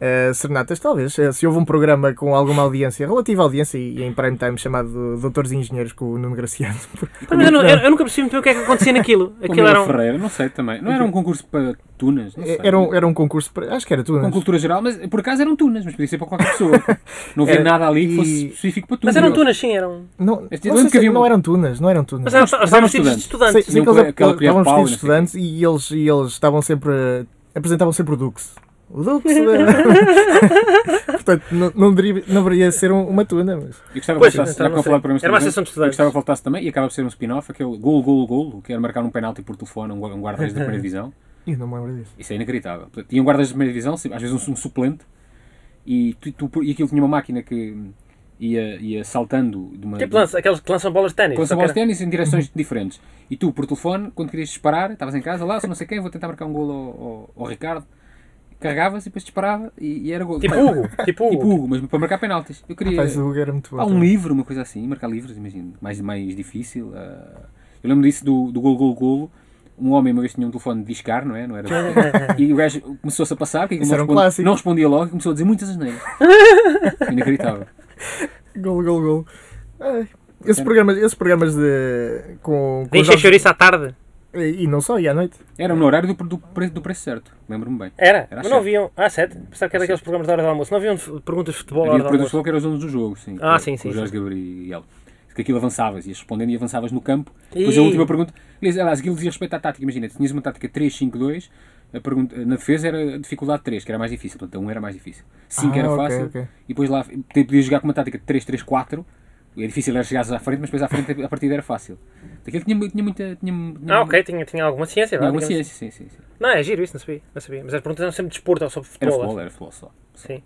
S3: Eh, serenatas, talvez. Eh, se houve um programa com alguma audiência, relativa audiência, e em prime time chamado Doutores e Engenheiros com o Nuno Graciano.
S4: Mas eu, não- eu- eu nunca percebi muito bem o que é que acontecia naquilo.
S5: O
S4: Aquilo era um-
S5: Ferreira, não sei também. Não era um concurso para tunas? Não sei. Um
S3: Era um, era um concurso, para, acho que era tudo.
S5: Com
S3: mas-
S5: cultura geral, mas por acaso eram tunas, mas podia ser para qualquer pessoa. Não havia
S3: Era-
S5: nada ali que fosse
S3: e-
S5: específico para tunas.
S4: Mas eram tunas, sim, eram.
S3: Não, não,
S5: Este- lembro
S3: sei
S5: que
S3: se-
S5: havia um-
S3: não eram tunas, não eram tunas.
S4: Mas eram,
S5: Mas um
S4: eram
S5: eram
S4: vestidos de
S5: estudantes.
S3: Sei,
S4: estudantes.
S3: sei
S5: não
S3: que eles
S5: foi aquela colher de
S3: estavam
S5: pau,
S3: vestidos de
S5: não sei
S3: estudantes e eles, e eles estavam sempre. eh, apresentavam sempre o Dux. O Dux. eh, Portanto, não, não, deveria, não deveria ser um- uma tuna, mas.
S5: Eu gostava
S4: Pois,
S5: que voltasse,
S4: então,
S5: já que
S4: não
S5: eu falar
S4: sei.
S5: de programas
S4: Era uma
S5: televisivos,
S4: sessão de
S5: eu
S4: estudantes.
S5: gostava que voltasse também, e acaba por ser um spin-off, aquele gol, gol, gol, que era marcar um penalti por telefone a um gua- um guarda-redes da primeira divisão.
S3: Ih, não me lembro disso.
S5: Isso é inacreditável. Portanto, tinha um guarda-redes da primeira divisão, se- às vezes um, um suplente, e, tu, tu- e aquilo tinha uma máquina que ia, ia saltando de uma...
S4: Tipo, lança, aqueles que lançam bolas de ténis.
S5: Com
S4: só Uhum.
S5: a
S4: que
S5: bola de
S4: era-
S5: ténis em direções diferentes. E tu, por telefone, quando querias disparar, estavas em casa, lá, se não sei quem, vou tentar marcar um golo ao, ao- ao Ricardo, carregavas e depois disparava e, e era golo.
S4: Tipo
S5: Pá,
S4: Hugo. Tipo
S5: tipo
S4: Hugo.
S5: Hugo, mas para marcar penaltis. Eu queria.
S3: Rapaz, o Hugo era muito bom.
S5: Há um
S3: também.
S5: livro, uma coisa assim, marcar livros, imagino, mais, mais difícil. ah. eu lembro disso do, do golo, golo, golo. Um homem uma vez tinha um telefone de discar, não é? Não era... E o gajo começou-se a passar, é que
S3: Isso
S5: não,
S3: era um
S5: responde-
S3: clássico.
S5: não respondia logo e começou a dizer muitas asneiras. Inacreditável.
S3: Gol, gol, gol. Ai, Esses programas, esses programas de. com. com
S4: De encher
S3: jogos-
S4: chouriço à tarde.
S3: E e não só, e à noite.
S5: Era no horário do, do, preço- do preço certo, lembro-me bem.
S4: Era,
S5: Era
S4: mas não
S5: sete.
S4: viam. Ah, sete? Pensava que era daqueles programas da hora do almoço. Não haviam de- perguntas de futebol à hora
S5: Havia
S4: do
S5: depois
S4: almoço.
S5: do futebol que eram os donos do jogo, sim.
S4: Ah,
S5: com-
S4: sim, sim,
S5: Com o Jorge
S4: sim.
S5: Gabriel. Que aquilo avançavas, ias respondendo e avançavas no campo.
S4: E-
S5: Depois a última pergunta. Aliás, aliás, aquilo dizia respeito à tática. Imagina, tinhas uma tática 3-5-2, a pergunta, na defesa era a dificuldade 3, que era mais difícil, portanto a 1 era mais difícil. 5 era
S3: Ah, ok,
S5: fácil,
S3: ok.
S5: e depois lá podias jogar com uma tática de 3-3-4, e é difícil era chegares à frente, mas depois à frente a partida era fácil. Aquilo tinha, mu- tinha muita. Tinha, tinha,
S4: Ah, ok, tinha, tinha alguma ciência.
S5: Tinha
S4: vá,
S5: alguma
S4: digamos.
S5: ciência, sim, sim, sim.
S4: Não, é giro isso, não sabia. Não sabia. Mas as perguntas eram sempre de desporto ou sobre
S5: Era
S4: futebol.
S5: futebol, era futebol só.
S4: Sim.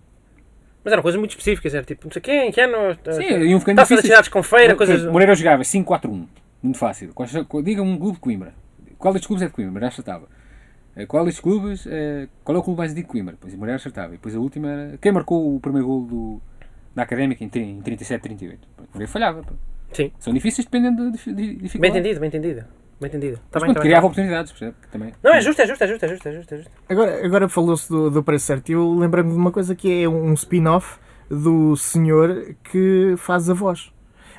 S4: Mas eram coisas muito específicas, era tipo, não sei quem, que ano.
S5: Sim, e um bocadinho
S4: Taça das
S5: difícil.
S4: cidades com feira,
S5: Moreira,
S4: coisas.
S5: eh, Moreira jogava 5-4-1, muito fácil. Quais são- qual- Diga um clube de Coimbra. Qual destes clubes é de Coimbra? Já acertava. Eh, Qual destes clubes, eh, qual é o clube mais antigo de Coimbra? Pois Moreira acertava. E depois a última era. Quem marcou o primeiro gol do, da Académica em, tri- em 37-38? Pronto, Moreira falhava. pronto.
S4: Sim.
S5: São difíceis dependendo de, dif- de dificuldade.
S4: Bem entendido, bem entendido. Bem entendido. Tá bem,
S5: Mas pronto,
S4: tá bem, tá
S5: criava
S4: bem.
S5: oportunidades, percebe? Que Também.
S4: Não, é justo, é justo, é justo, é justo, é justo. É justo.
S3: Agora, agora falou-se do, do preço certo. Eu lembrei-me de uma coisa que é um spin-off do senhor que faz a voz.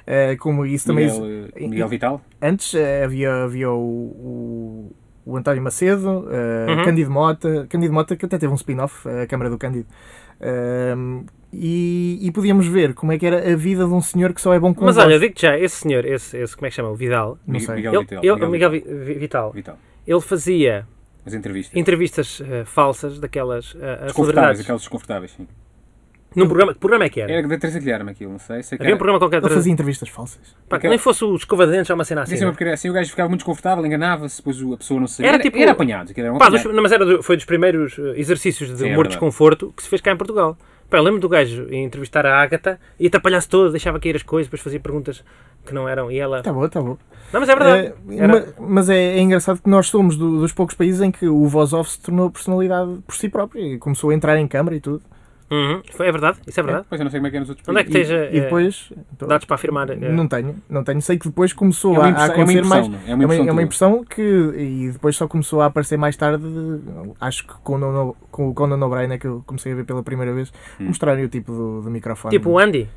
S3: Eh, como isso também.
S4: é
S5: Miguel, eh, Miguel Vital.
S3: Antes eh, havia, havia o, o, o António Macedo, eh,
S4: Uhum.
S3: Cândido Mota, Cândido Mota que até teve um spin-off, eh, a Câmara do Cândido. Ahm, e, e podíamos ver como é que era a vida de um senhor que só é bom com
S4: Mas
S3: voz.
S4: olha, eu digo-te já, esse senhor, esse, esse, como é que chama? O Vidal.
S3: Não sei.
S5: Miguel
S4: Ele,
S5: Vital.
S4: ele-
S5: Miguel
S4: Miguel Vi- Vi- Vital.
S5: Vital.
S4: Ele fazia
S5: As entrevistas.
S4: entrevistas eh, falsas daquelas eh, a
S5: Desconfortáveis,
S4: celebridades.
S5: aquelas desconfortáveis, sim.
S4: Num programa, que programa é que era?
S5: Era da Teresa Guilherme aquilo, não sei. sei que
S4: Havia um
S5: era-
S4: programa qualquer. de-
S3: Ele fazia entrevistas falsas.
S4: Pá, que
S5: aquela-
S4: nem fosse o escova de dentes ou uma cena assim.
S5: Sim, sim,
S4: não é?
S5: porque era assim, o gajo ficava muito desconfortável, enganava-se, depois o- a pessoa não sabia.
S4: Era tipo-
S5: Era apanhado, que era um
S4: Pá,
S5: apanhado.
S4: dos- não, mas era do- foi dos primeiros eh, exercícios de
S5: Sim, é
S4: humor
S5: verdade.
S4: de desconforto que se fez cá em Portugal. Pá, eu lembro do gajo em entrevistar a Ágata e atrapalhar-se todo, deixava cair as coisas, depois fazia perguntas que não eram e ela.
S3: Tá bom, tá bom.
S4: Não, mas é verdade.
S3: Eh,
S4: Era-
S3: ma- Mas é, é engraçado que nós somos do- dos poucos países em que o voz off se tornou personalidade por si próprio e começou a entrar em câmara e tudo.
S4: Uhum, foi, é verdade, isso é verdade.
S5: Pois eu não sei como é que é nos outros
S4: Onde é que
S5: países.
S4: tens eh,
S3: E depois.
S4: dados para afirmar? eh,
S3: Não tenho, não tenho. Sei que depois começou a- a
S5: é uma
S3: acontecer mais.
S5: impressão, não é? É uma impressão.
S3: é uma
S5: tua.
S3: impressão que e depois só começou a aparecer mais tarde, acho que com o Nono- com o Conan O'Brien é que eu comecei a ver pela primeira vez,
S5: Hum.
S3: mostrarem o tipo do, do microfone.
S4: tipo o Andy.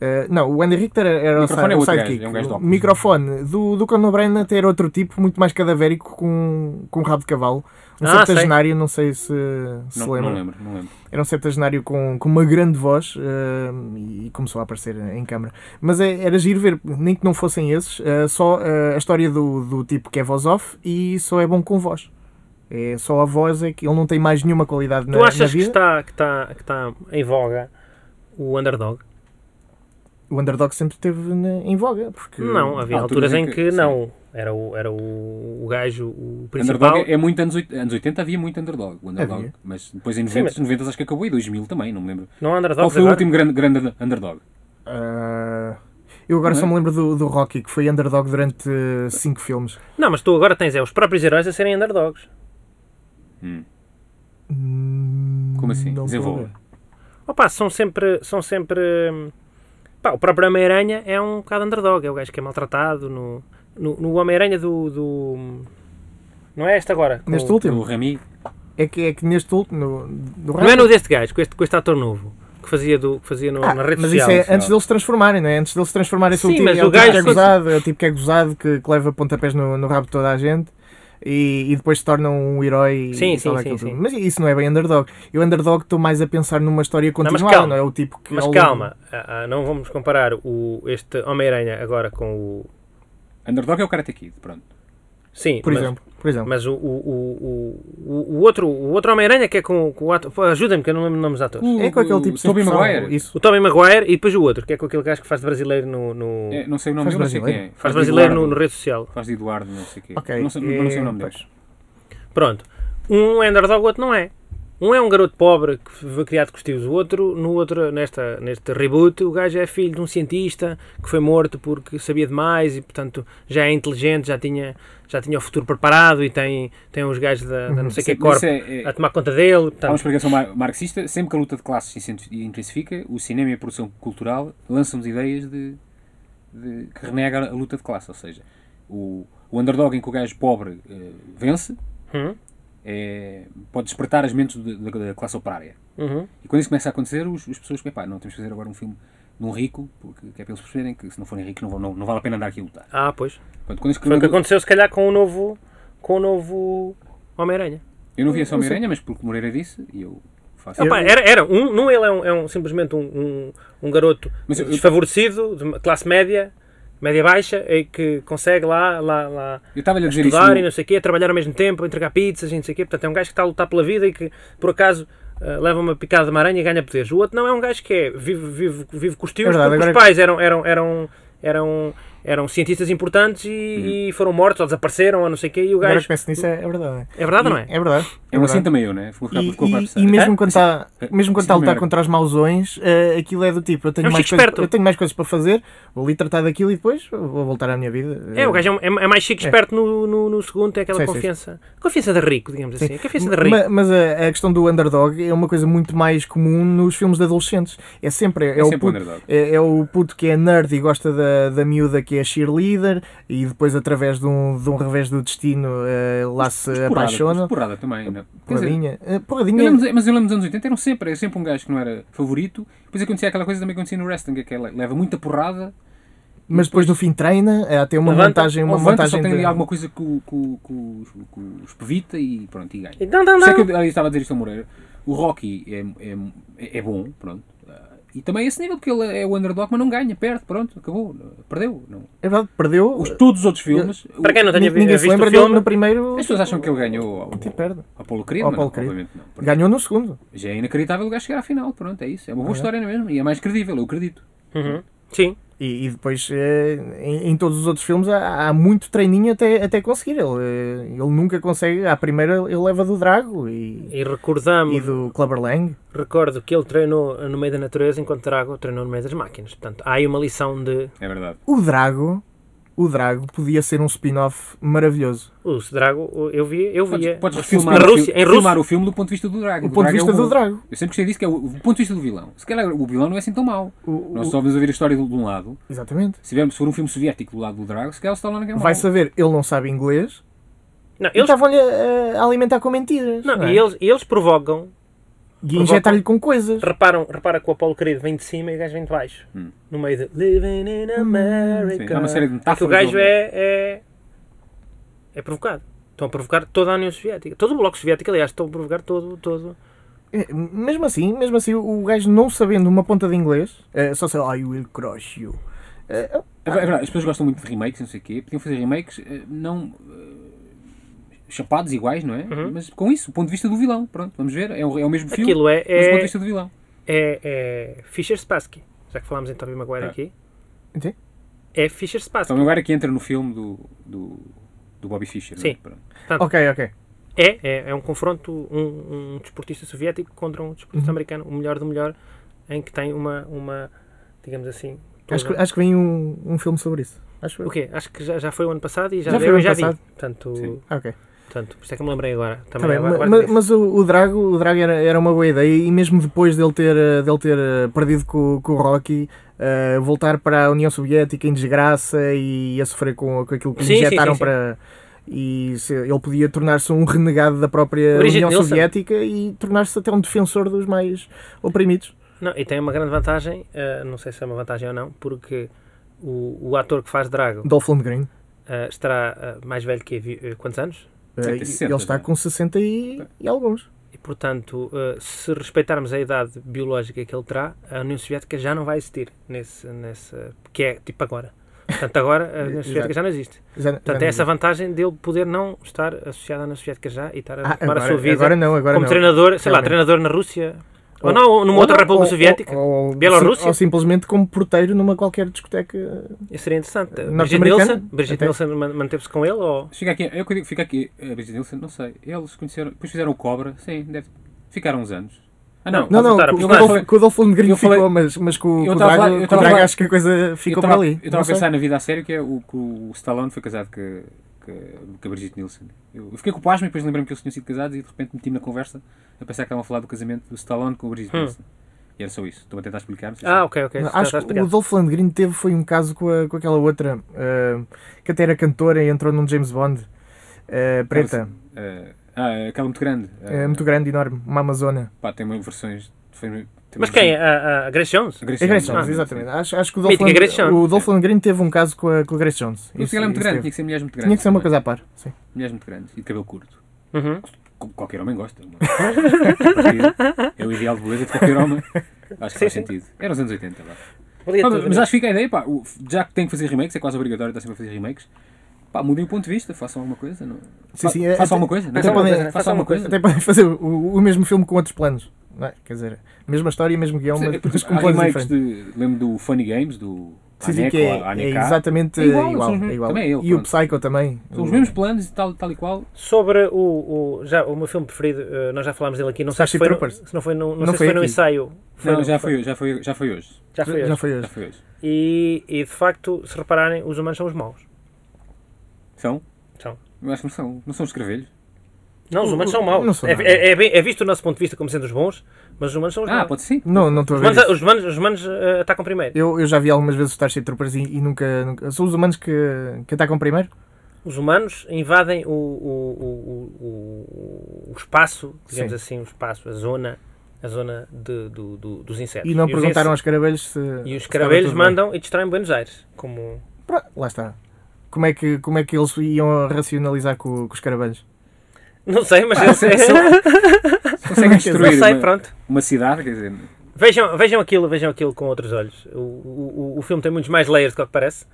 S3: Eh, não, o Andy Richter era, era o,
S5: Microfone
S3: si-
S5: é
S3: o
S5: outro gajo,
S3: sidekick.
S5: é um gajo de
S3: o
S5: óculos.
S3: microfone do, do Conan O'Brien até era outro tipo, muito mais cadavérico, com, com rabo de cavalo. Um
S4: Ah,
S3: septagenário, não sei se se
S5: Não,
S3: lembra.
S5: não lembro, não lembro.
S3: Era um septagenário com, com uma grande voz eh, e começou a aparecer em câmara. Mas é- era giro ver, nem que não fossem esses, eh, só eh, a história do, do tipo que é voz off e só é bom com voz. É só a voz, é que ele não tem mais nenhuma qualidade na,
S4: tu
S3: é- na
S4: achas que
S3: vida.
S4: está, que, está, que está em voga o underdog?
S3: O underdog sempre esteve na- em voga. Porque
S4: Não, havia
S5: há
S4: alturas em que,
S5: sim.
S4: não. Era o, era o, o gajo, o principal.
S5: Underdog é- é muito anos 80, anos 80 havia muito underdog, o underdog.
S3: Havia.
S5: Mas depois em
S4: Sim,
S5: 90, 90 acho que acabou e 2000 também, não me lembro.
S4: Não há underdogs
S5: Qual foi o
S4: agora?
S5: último grande, grande under- underdog?
S3: ah, eu agora
S5: Não é?
S3: só me lembro do, do Rocky, que foi underdog durante eh, cinco filmes.
S4: Não, mas tu agora tens é, os próprios heróis a serem underdogs.
S5: Hum.
S3: Hum,
S5: Como assim?
S3: não estou a
S5: Desenvolva.
S3: ver.
S4: Opa, são sempre. São sempre hum, pá, o próprio Homem-Aranha é um bocado underdog, é o gajo que é maltratado no, no, no Homem-Aranha do, do- Não é este agora? com-
S3: Neste
S5: O
S3: último.
S5: Rami,
S3: É que, é que neste último. no- do
S4: Não é
S3: Rocky-
S4: no deste gajo, com este, com este ator novo, que fazia, do, que fazia no-
S3: Ah,
S4: na rede
S3: mas
S4: social.
S3: isso é antes deles se transformarem, não é? Antes deles se transformarem esse
S4: Sim,
S3: tipo,
S4: mas
S3: é
S4: o
S3: o, tipo
S4: gajo
S3: que é
S4: foi-
S3: gozado, é o tipo que é gozado, que, que leva pontapés no, no rabo de toda a gente e, e depois se torna um herói e
S4: Sim,
S3: e tal
S4: sim,
S3: daquilo
S4: sim,
S3: tudo.
S4: sim.
S3: Mas isso não é bem underdog. Eu underdog estou mais a pensar numa história
S4: mas
S3: continuada, não,
S4: calma.
S3: é o tipo que
S4: Mas
S3: ao longo-
S4: calma, ah, ah, não vamos comparar o, este Homem-Aranha agora com o.
S5: underdog é o Karate Kid, pronto.
S4: Sim,
S3: Por
S4: mas,
S3: exemplo, por exemplo.
S4: mas o, o, o, o, o outro, o outro Homem-Aranha que é com, com o ator. pô, Ajuda-me que eu não lembro nomes de atores.
S3: é com aquele tipo de
S5: Tobey
S3: pessoa,
S5: Maguire.
S3: Isso.
S4: O Tommy Maguire e depois o outro, que é com aquele gajo que faz de brasileiro no. no-
S5: É, não sei o nome
S3: Faz
S5: dele, não sei quem é.
S3: brasileiro.
S4: faz
S5: de
S4: brasileiro no,
S5: Eduardo.
S4: no rede social.
S5: Faz de Eduardo, não sei quem.
S3: Ok,
S5: Não sei, não sei o
S3: é,
S5: nome dele.
S3: pois.
S4: Pronto. Um é underdog, o outro não é. Um é um garoto pobre que foi criado com os tios. O outro, no outro, nesta, neste reboot, o gajo é filho de um cientista que foi morto porque sabia demais e, portanto, já é inteligente, já tinha, já tinha o futuro preparado e tem, tem os gajos da, da não sei que
S5: Isso
S4: corpo
S5: é- é-
S4: a tomar conta dele.
S5: Há uma
S4: Portanto,
S5: explicação mar- marxista, sempre que a luta de classes se incen- intensifica, o cinema e a produção cultural lançam-nos ideias de, de- que renega a luta de classe, ou seja, o, o underdog em que o gajo pobre eh, vence
S4: Hum,
S5: é- pode despertar as mentes de- da, da classe operária.
S4: uhum.
S5: E quando isso começa a acontecer, os, as pessoas pensam, pá, não, temos que fazer agora um filme de um rico, porque que é para eles perceberem que se não forem ricos não, vão- não- não vale a pena andar aqui a lutar.
S4: Ah, pois.
S5: Portanto, quando isso-
S4: Foi o que aconteceu, se calhar, com o novo, com o novo Homem-Aranha.
S5: eu não vi essa Homem-Aranha, mas porque Moreira disse, e eu faço...
S4: Opa, era, era. Um, num ele é, um, é um- simplesmente um, um, um garoto
S5: Mas eu- eu-
S4: desfavorecido, de classe média, média baixa, é que consegue lá, lá, lá
S5: Eu estava-lhe a dizer isso.
S4: estudar e
S5: no-
S4: não sei o quê, a trabalhar ao mesmo tempo, a entregar pizzas e não sei o quê. Portanto, é um gajo que está a lutar pela vida e que, por acaso, eh, leva uma picada de uma aranha e ganha poderes. O outro não é um gajo que é, vive, vive, vive com os tios,
S3: É verdade,
S4: porque os
S3: agora-
S4: pais eram, eram, eram, eram, eram cientistas importantes e, e foram mortos ou desapareceram ou não sei o quê. E o
S3: Agora
S4: gajo...
S3: que penso nisso, é, é verdade.
S4: É
S5: Ah, tá,
S4: verdade ou não é?
S3: É verdade. é
S5: Eu assim
S3: verdade.
S5: também eu, né? Ficou
S3: E,
S5: ficou a
S3: e-
S5: conversar.
S3: e mesmo
S4: Hã?
S3: quando está mesmo quando
S5: É, Sim,
S3: tá a lutar
S5: senhora.
S3: contra os mausões, eh, aquilo é do tipo, eu tenho,
S4: É um
S3: mais
S4: chico
S3: coisas,
S4: esperto.
S3: eu tenho mais coisas para fazer, vou ali tratar daquilo e depois vou voltar à minha vida.
S4: É, o gajo é um- é, é mais chique,
S3: Eh, É.
S4: esperto no, no, no segundo, tem aquela
S3: Sim, sim, sim.
S4: confiança. Confiança de rico, digamos assim. Confiança de rico.
S3: Ma- Mas a, a questão do underdog é uma coisa muito mais comum nos filmes de adolescentes. É sempre, é,
S5: É
S3: o,
S5: sempre o
S3: puto,
S5: underdog.
S3: é, é o puto que é nerd e gosta da, da miúda que é cheerleader e depois, através de um, de um revés do destino, eh, lá se apaixona.
S5: Porrada também. Né? Quer dizer,
S3: Porradinha. Eh,
S5: eu
S3: Porradinha.
S5: lembro, mas eu lembro dos anos 80, eram sempre, era sempre um gajo que não era favorito. Depois acontecia aquela coisa que também acontecia no wrestling, que é que ele leva muita porrada,
S3: Mas depois no fim treina, eh, tem uma
S4: Levanta,
S3: montagem. Uma
S5: levanta,
S3: montagem
S5: só tem ali
S3: de-
S5: alguma coisa que o, que, o- que o- que o espevita e pronto, e ganha.
S4: E dão, dão,
S5: Por isso é
S4: dão.
S5: que eu, eu estava a dizer isto ao Moreira. O Rocky é, é, é bom, pronto. Ah, E também é esse nível, porque ele é o underdog, mas não ganha, perde, pronto, acabou, perdeu. Não.
S3: É verdade, perdeu.
S5: Os, todos os outros filmes, o-
S4: Para quem não tenha
S3: Ninguém se
S4: vi- visto o
S3: lembra dele
S4: filme,
S3: no primeiro.
S5: as pessoas acham que ele ganhou ao,
S3: Tipo, Perde.
S5: ao Paulo Querido,
S3: Ao
S5: mas
S3: Paulo
S5: não,
S3: Querido.
S5: obviamente não. Pronto.
S3: Ganhou no segundo.
S5: Já é inacreditável o gajo chegar à final, pronto, é isso. É uma boa história, não é mesmo? E é mais credível, eu acredito.
S4: Uhum. Sim.
S3: E, e depois, eh, em, em todos os outros filmes, há, há muito treininho até, até conseguir. Ele, eh, ele nunca consegue. À primeira, ele leva do Drago e,
S4: E recordamos,
S3: e do Clubber Lang.
S4: recordo que ele treinou no meio da natureza enquanto Drago treinou no meio das máquinas. Portanto, há aí uma lição de.
S5: É verdade.
S3: O Drago, o Drago podia ser um spin-off maravilhoso.
S4: Uh, se Drago, uh, eu via. Eu via.
S5: Podes, podes
S4: Na
S5: filmar, o,
S4: Rússia,
S5: fi-
S4: em
S5: filmar
S4: Rússia.
S5: o filme do ponto de vista do Drago.
S3: O ponto de
S5: é
S3: vista
S5: bom.
S3: do Drago.
S5: Eu sempre gostei disso, que é o, o ponto de vista do vilão. Se calhar o vilão não é assim tão mau.
S3: O- o-
S5: Nós só vamos ouvir a história de, de um lado.
S3: Exatamente.
S5: Se, tivermos, se for um filme soviético do lado do Drago, se calhar o Stallone é que é mau.
S3: Vai saber, ele não sabe inglês.
S4: Não,
S3: E
S4: eles,
S3: estavam-lhe a, a alimentar com mentiras.
S4: não,
S3: Então, não é?
S4: e eles, e eles provocam.
S3: E injetar-lhe com coisas.
S4: Reparam, repara que o Apolo querido vem de cima e o gajo vem de baixo.
S5: Hum.
S4: No meio de Living in America.
S5: Sim, há é uma série de
S4: Porque o
S5: metáforas
S4: gajo
S5: do-
S4: é, é. é provocado. Estão a provocar toda a União Soviética. Todo o Bloco Soviético, aliás, estão a provocar todo. todo.
S3: É, Mesmo assim, mesmo assim, o gajo não sabendo uma ponta de inglês, é, só sei, I will crush you. É,
S5: É verdade, as pessoas gostam muito de remakes, não sei o quê. Podiam fazer remakes eh, não. eh, chapados iguais, não é? Mas com isso, o ponto de vista do vilão. Pronto, vamos ver. É o, é o mesmo filme.
S4: Aquilo é-
S5: Mas do
S4: é-
S5: ponto de vista do vilão.
S4: É, é Fischer Spassky. Já que falámos em Tobey Maguire
S5: É.
S4: aqui.
S3: Sim.
S4: É Fischer Spassky.
S5: Então agora que entra no filme do. do, do Bobby Fischer. não é?
S4: Sim.
S5: Pronto.
S3: ok, ok.
S4: É, é, é um confronto, um, um desportista soviético contra um desportista
S5: Uhum.
S4: americano, o melhor do melhor, em que tem uma, uma digamos assim...
S3: Acho que,
S4: toda-
S3: acho que vem um, um filme sobre isso. Acho eu.
S4: O quê? Acho que já, já foi o ano passado e já,
S3: Já foi
S4: eu
S3: o
S4: já
S3: ano
S4: vi.
S3: passado.
S4: Portanto,
S5: Sim.
S3: Ah, ok.
S4: portanto, por isso é que me lembrei agora.
S3: Tá
S4: Também, é,
S3: bem,
S4: agora,
S3: ma-
S4: agora
S3: ma-
S4: disse.
S3: mas o, o Drago, o Drago era, era uma boa ideia e mesmo depois dele ter, eh, dele ter eh, perdido com, com o Rocky, eh, voltar para a União Soviética em desgraça e a sofrer com, com aquilo que
S4: Sim,
S3: lhe
S4: sim,
S3: injetaram
S4: sim, sim.
S3: para. E se- ele podia tornar-se um renegado da própria
S4: Brigitte
S3: União
S4: Nielsen.
S3: Soviética e tornar-se até um defensor dos mais oprimidos.
S4: Não, e tem uma grande vantagem, eh, não sei se é uma vantagem ou não, porque o, o ator que faz Drago
S3: Dolph Lundgren.
S4: eh, estará eh, mais velho que eu, vi- eh, quantos anos?
S3: Eh,
S5: Deve ter
S3: e-
S5: 60,
S3: ele está
S5: não é?
S3: com 60 e, e alguns.
S4: E, portanto, eh, se respeitarmos a idade biológica que ele terá, a União Soviética já não vai existir, nesse, nesse, que é tipo agora. Portanto, agora a União
S3: Exato.
S4: Soviética já não existe.
S3: Já- já
S4: Portanto,
S3: não-
S4: é essa vantagem dele poder não estar associado à União Soviética já e estar a
S3: Ah,
S4: retomar
S3: agora,
S4: a sua vida
S3: agora não, agora
S4: como
S3: não.
S4: treinador, sei lá,
S3: Realmente.
S4: treinador na Rússia, ou,
S3: Ou-
S4: não, ou numa
S3: Ou
S4: outra
S3: não,
S4: República
S3: ou-
S4: Soviética.
S3: ou- ou-
S4: Bielorrússia?
S3: Ou simplesmente como porteiro numa qualquer discoteca.
S4: Isso seria interessante. Brigitte
S3: norte-americana?
S4: Nielsen, Brigitte
S3: Até.
S4: Nielsen man- manteve-se com ele ou...
S5: Fica aqui, eu digo, fica aqui, a Brigitte Nielsen, não sei. Eles conheceram, depois fizeram o Cobra, sim, deve, ficaram uns anos. Ah, não,
S3: Não, não,
S4: voltar a
S3: com, com,
S4: personagem.
S3: o Adolfo- com o Adolfo Negrinho
S5: Eu falei-
S3: ficou, mas, mas com,
S5: Eu
S3: com o
S5: tava-
S3: Drago,
S5: eu
S3: com o
S5: tava-
S3: Drago acho que a coisa
S5: eu
S3: ficou
S5: tava-
S3: por ali.
S5: Eu estava a
S3: Não sei.
S5: pensar na vida a sério que é o que o Stallone foi casado com, com, com a Brigitte Nielsen. Eu, eu fiquei com o pasmo e depois lembrei-me que eles tinham sido casados e de repente meti-me na conversa a pensar que estavam a falar do casamento do Stallone com a Brigitte
S4: Hum.
S5: Nielsen. E era só isso. Estou a tentar explicar. Não sei se- é
S4: Ah, ok, ok. Está-
S3: Acho
S4: está
S3: que o
S4: explicado.
S3: Adolfo Landgren teve foi um caso com, a- com aquela outra eh, que até era cantora e entrou num James Bond eh, preta,
S5: Eh, ah, aquela muito grande.
S3: eh, muito grande, enorme, uma Amazona.
S5: Pá, tem uma versões... Foi, tem
S4: Mas quem? é? A, a Grace Jones?
S3: É Grace
S5: Ah,
S4: Jones,
S3: Jones, exatamente. Acho, acho que o
S4: Mítica
S3: Dolph,
S4: Grace
S3: Land,
S4: Jones.
S3: o Dolph Lundgren teve um caso com a, com a Grace Jones.
S5: O
S3: Isso-
S5: Stallone é muito
S3: isso
S5: grande,
S3: teve.
S5: tinha que ser mulheres muito grandes.
S3: Tinha que ser uma
S5: também.
S3: coisa à par. Sim.
S5: Mulheres muito grandes e de cabelo curto.
S4: Uhum.
S5: Como qualquer homem gosta. não é? É o ideal de beleza de qualquer homem. Acho que faz
S4: sim.
S5: sentido. Era os anos 80, lá.
S4: Valia
S5: Pá,
S4: tudo,
S5: mas
S4: né?
S5: acho que fica a ideia, pá, o- já que tem que fazer remakes, é quase obrigatório estar sempre a fazer remakes, pá, mudem o ponto de vista, façam alguma coisa. Não...
S3: Sim,
S5: Fa-
S3: sim, é-
S5: façam alguma coisa. não
S3: até
S5: tem-
S3: podem-
S5: façam alguma coisa.
S3: Até podem fazer o, o mesmo filme com outros planos. não é? Quer dizer, mesma história, mesmo guião,
S5: Sim,
S3: mas,
S5: é porque
S3: mas com
S5: há
S3: planos
S5: remakes
S3: diferentes.
S5: de. Lembro do Funny Games, do
S3: Sim, sim,
S5: Aneco,
S3: que é,
S5: a
S3: é
S5: Aneca.
S3: exatamente
S5: É
S3: igual.
S5: igual, são os
S3: é
S5: mesmos-
S3: igual.
S5: também é ele,
S3: e o
S5: pronto.
S3: Psycho também.
S5: São os
S3: O-
S5: mesmos planos e tal, tal e qual.
S4: Sobre o, o- já, o meu filme preferido, eh, nós já falámos dele aqui, não sei se
S3: Starship
S4: foi, no,
S3: Troopers.
S4: se não foi, no, não
S3: Não
S4: sei se
S3: foi
S4: foi no
S3: aqui.
S4: ensaio. Foi
S5: Não,
S4: no-
S5: já, foi, já, foi, já foi hoje.
S4: Já foi.
S3: Já
S4: hoje.
S3: foi
S5: Já
S3: hoje.
S5: foi hoje.
S4: E, e de facto, se repararem, os humanos são os maus.
S5: São?
S4: São.
S5: Eu acho que não são. Não são os cravelhos.
S4: Não, os humanos são maus.
S3: Não são
S4: é,
S3: nada.
S4: é, é bem- é visto do nosso ponto de vista como sendo os bons, mas os humanos são os
S5: Ah,
S4: maus.
S5: pode ser.
S3: Não, não estou a
S4: Os
S3: ver.
S4: humanos,
S3: isso.
S4: os humanos, os humanos, eh, atacam primeiro.
S3: Eu, eu já vi algumas vezes os Starship Troopers e, e nunca, nunca- São os humanos que, que atacam primeiro?
S4: Os humanos invadem o, o- o- o- o- o espaço, digamos
S3: Sim.
S4: assim, o espaço, a zona, a zona de- do- do- dos insetos.
S3: E não
S4: os
S3: perguntaram
S4: inse-
S3: aos carabelhos se.
S4: E os
S3: se
S4: carabelhos
S3: estava tudo bem.
S4: mandam e destroem Buenos Aires. Como...
S3: Pronto, lá está. Como é, que, como é que eles iam racionalizar com, com os carabelhos?
S4: Não sei,
S3: Ah,
S4: mas eles-
S5: Conseguem
S4: não
S5: destruir
S4: sei,
S5: uma,
S4: pronto.
S5: uma cidade, quer dizer.
S4: Vejam, vejam aquilo, vejam aquilo com outros olhos. O, o, o- o filme tem muitos mais layers do que, ao que parece.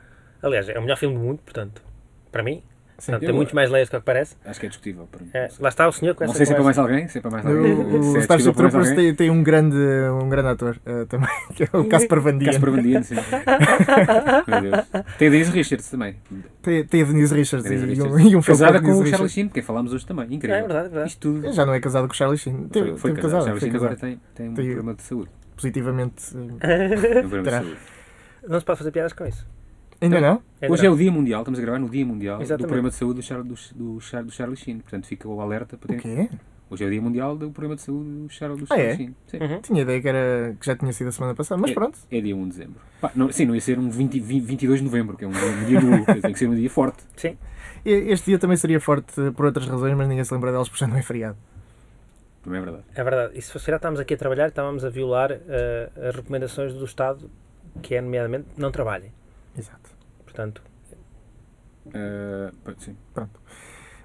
S4: Aliás, é o melhor filme do mundo, portanto, para mim. Portanto, tem
S5: Eu-
S4: muitos mais layers do que, ao que parece.
S5: Acho que é discutível. para mim.
S4: É, lá está o senhor com
S5: Não
S4: essa
S5: sei se é para
S4: conversa.
S5: mais alguém. Se é para mais alguém.
S3: O,
S5: se
S3: o Starship
S5: é discutível para mais
S3: Troopers
S5: alguém.
S3: tem, tem um, grande, um grande ator eh, também, que é o Casper Van Dien.
S5: Casper Van Dien, sim. Meu Deus. Tem a Denise Richards também.
S3: Tem, tem a Denise Richards,
S5: Denise
S3: e, um-
S5: Richards.
S3: e um filme
S5: Casada com
S3: Denise
S5: o Charlie
S3: Richards.
S5: Sheen, de quem falámos hoje também.
S4: É, é
S5: Incrível.
S4: verdade, é verdade.
S5: Isto tudo.
S3: Já não é casado com o Charlie Sheen. Teve,
S5: Foi, foi
S3: teve
S5: casado.
S3: casado,
S5: Charlie
S3: foi
S5: Sheen
S3: casado.
S5: agora tem, tem um
S3: Tem-
S5: problema de saúde.
S3: Positivamente. eh,
S5: Tem um problema de
S3: Terá.
S5: saúde.
S4: Não se pode fazer piadas com isso.
S3: Ainda não?
S4: É
S5: Hoje é
S4: verdade.
S5: o Dia Mundial, estamos a gravar no Dia Mundial do
S4: Exatamente.
S5: Problema de Saúde do, Char, do, do, Char, do Charlie Sheen. Portanto, fica o alerta para
S3: O
S5: terem.
S3: quê?
S5: Hoje é o Dia Mundial do Problema de Saúde do, Char, do
S3: Ah,
S5: Charlie
S3: é?
S5: Sheen. Sim.
S4: Uhum.
S3: Tinha ideia que, era, que já tinha sido a semana passada, mas pronto.
S5: É dia 1 de dezembro. Pá, não, sim, não ia ser um 20, 20, 22 de novembro, que é um, um dia do. quer dizer, Tem que ser um dia forte.
S3: E- Este dia também seria forte eh, por outras razões, mas ninguém se lembra delas porque já não é feriado.
S5: Também é verdade.
S4: É verdade. E se fosse verdade, estávamos aqui a trabalhar, estávamos a violar eh, as recomendações do Estado, que é, nomeadamente, não trabalhem.
S3: Exato.
S4: Portanto,
S5: Ah, pá, sim.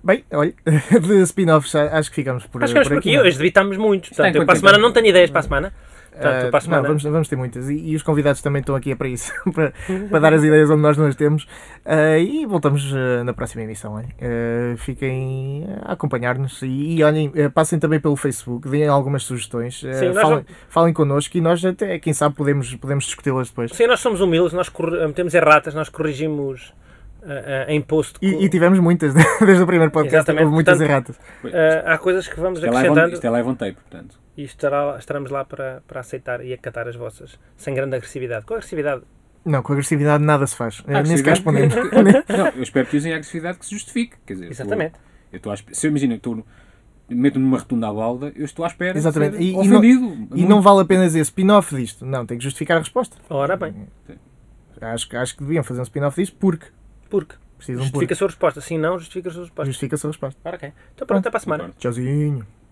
S3: Bem, olha, de spin-offs a- acho que ficamos por,
S4: acho que vamos
S3: por
S4: por
S3: aqui.
S4: aqui.
S3: não? é
S4: Hoje debitámos muito.
S5: Está em
S4: Portanto, eu
S5: quanto
S4: para a
S5: tempo?
S4: semana não tenho ideias para a semana. Portanto,
S3: Ah,
S4: para a semana-
S3: Não, vamos, vamos ter muitas. E, e os convidados também estão aqui é para isso, para,
S4: Uhum.
S3: para dar as ideias onde nós não as temos. Ah, e voltamos ah, na próxima emissão. olha. Ah, fiquem a acompanhar-nos e, e olhem, ah, passem também pelo Facebook, deem algumas sugestões, ah,
S4: Sim, nós
S3: falem, falem connosco e nós até, quem sabe, podemos, podemos discuti-las depois.
S4: Sim, nós somos humildes, nós corri- metemos erratas, nós corrigimos eh, eh, em post.
S3: E, e tivemos muitas, desde o primeiro podcast,
S4: Exatamente,
S3: houve muitas
S4: portanto,
S3: erratas.
S4: Eh, há coisas que vamos
S5: Isto é, live on,
S4: acrescentando
S5: isto é live on tape, portanto.
S3: é-
S4: e estará, estaremos lá para, para aceitar e acatar as vossas, sem grande agressividade. Com agressividade,
S3: Não, com agressividade nada se faz.
S5: A
S3: Eh, Nem sequer respondemos.
S5: agressividade que- Não, eu espero que usem a agressividade que se justifique. Quer dizer,
S4: exatamente.
S5: eu- Eu estou à espera. Se eu imagino, eu estou no- meto-me numa rotunda à balda, eu estou à espera. de
S3: Exatamente.
S5: ser
S3: E- e não-
S5: ofendido.
S3: E não vale a pena dizer spin-off disto. Não, tem que justificar a resposta.
S4: Ora bem,
S3: Acho, que- acho que deviam fazer um spin-off disto porque
S4: porque
S3: precisam
S4: justifica a
S3: justifica
S4: sua resposta. Se não, justifica a sua resposta.
S3: Justifica a sua resposta.
S4: Ora, ok. Então pronto, até para a semana.
S5: Concordo.
S3: Tchauzinho.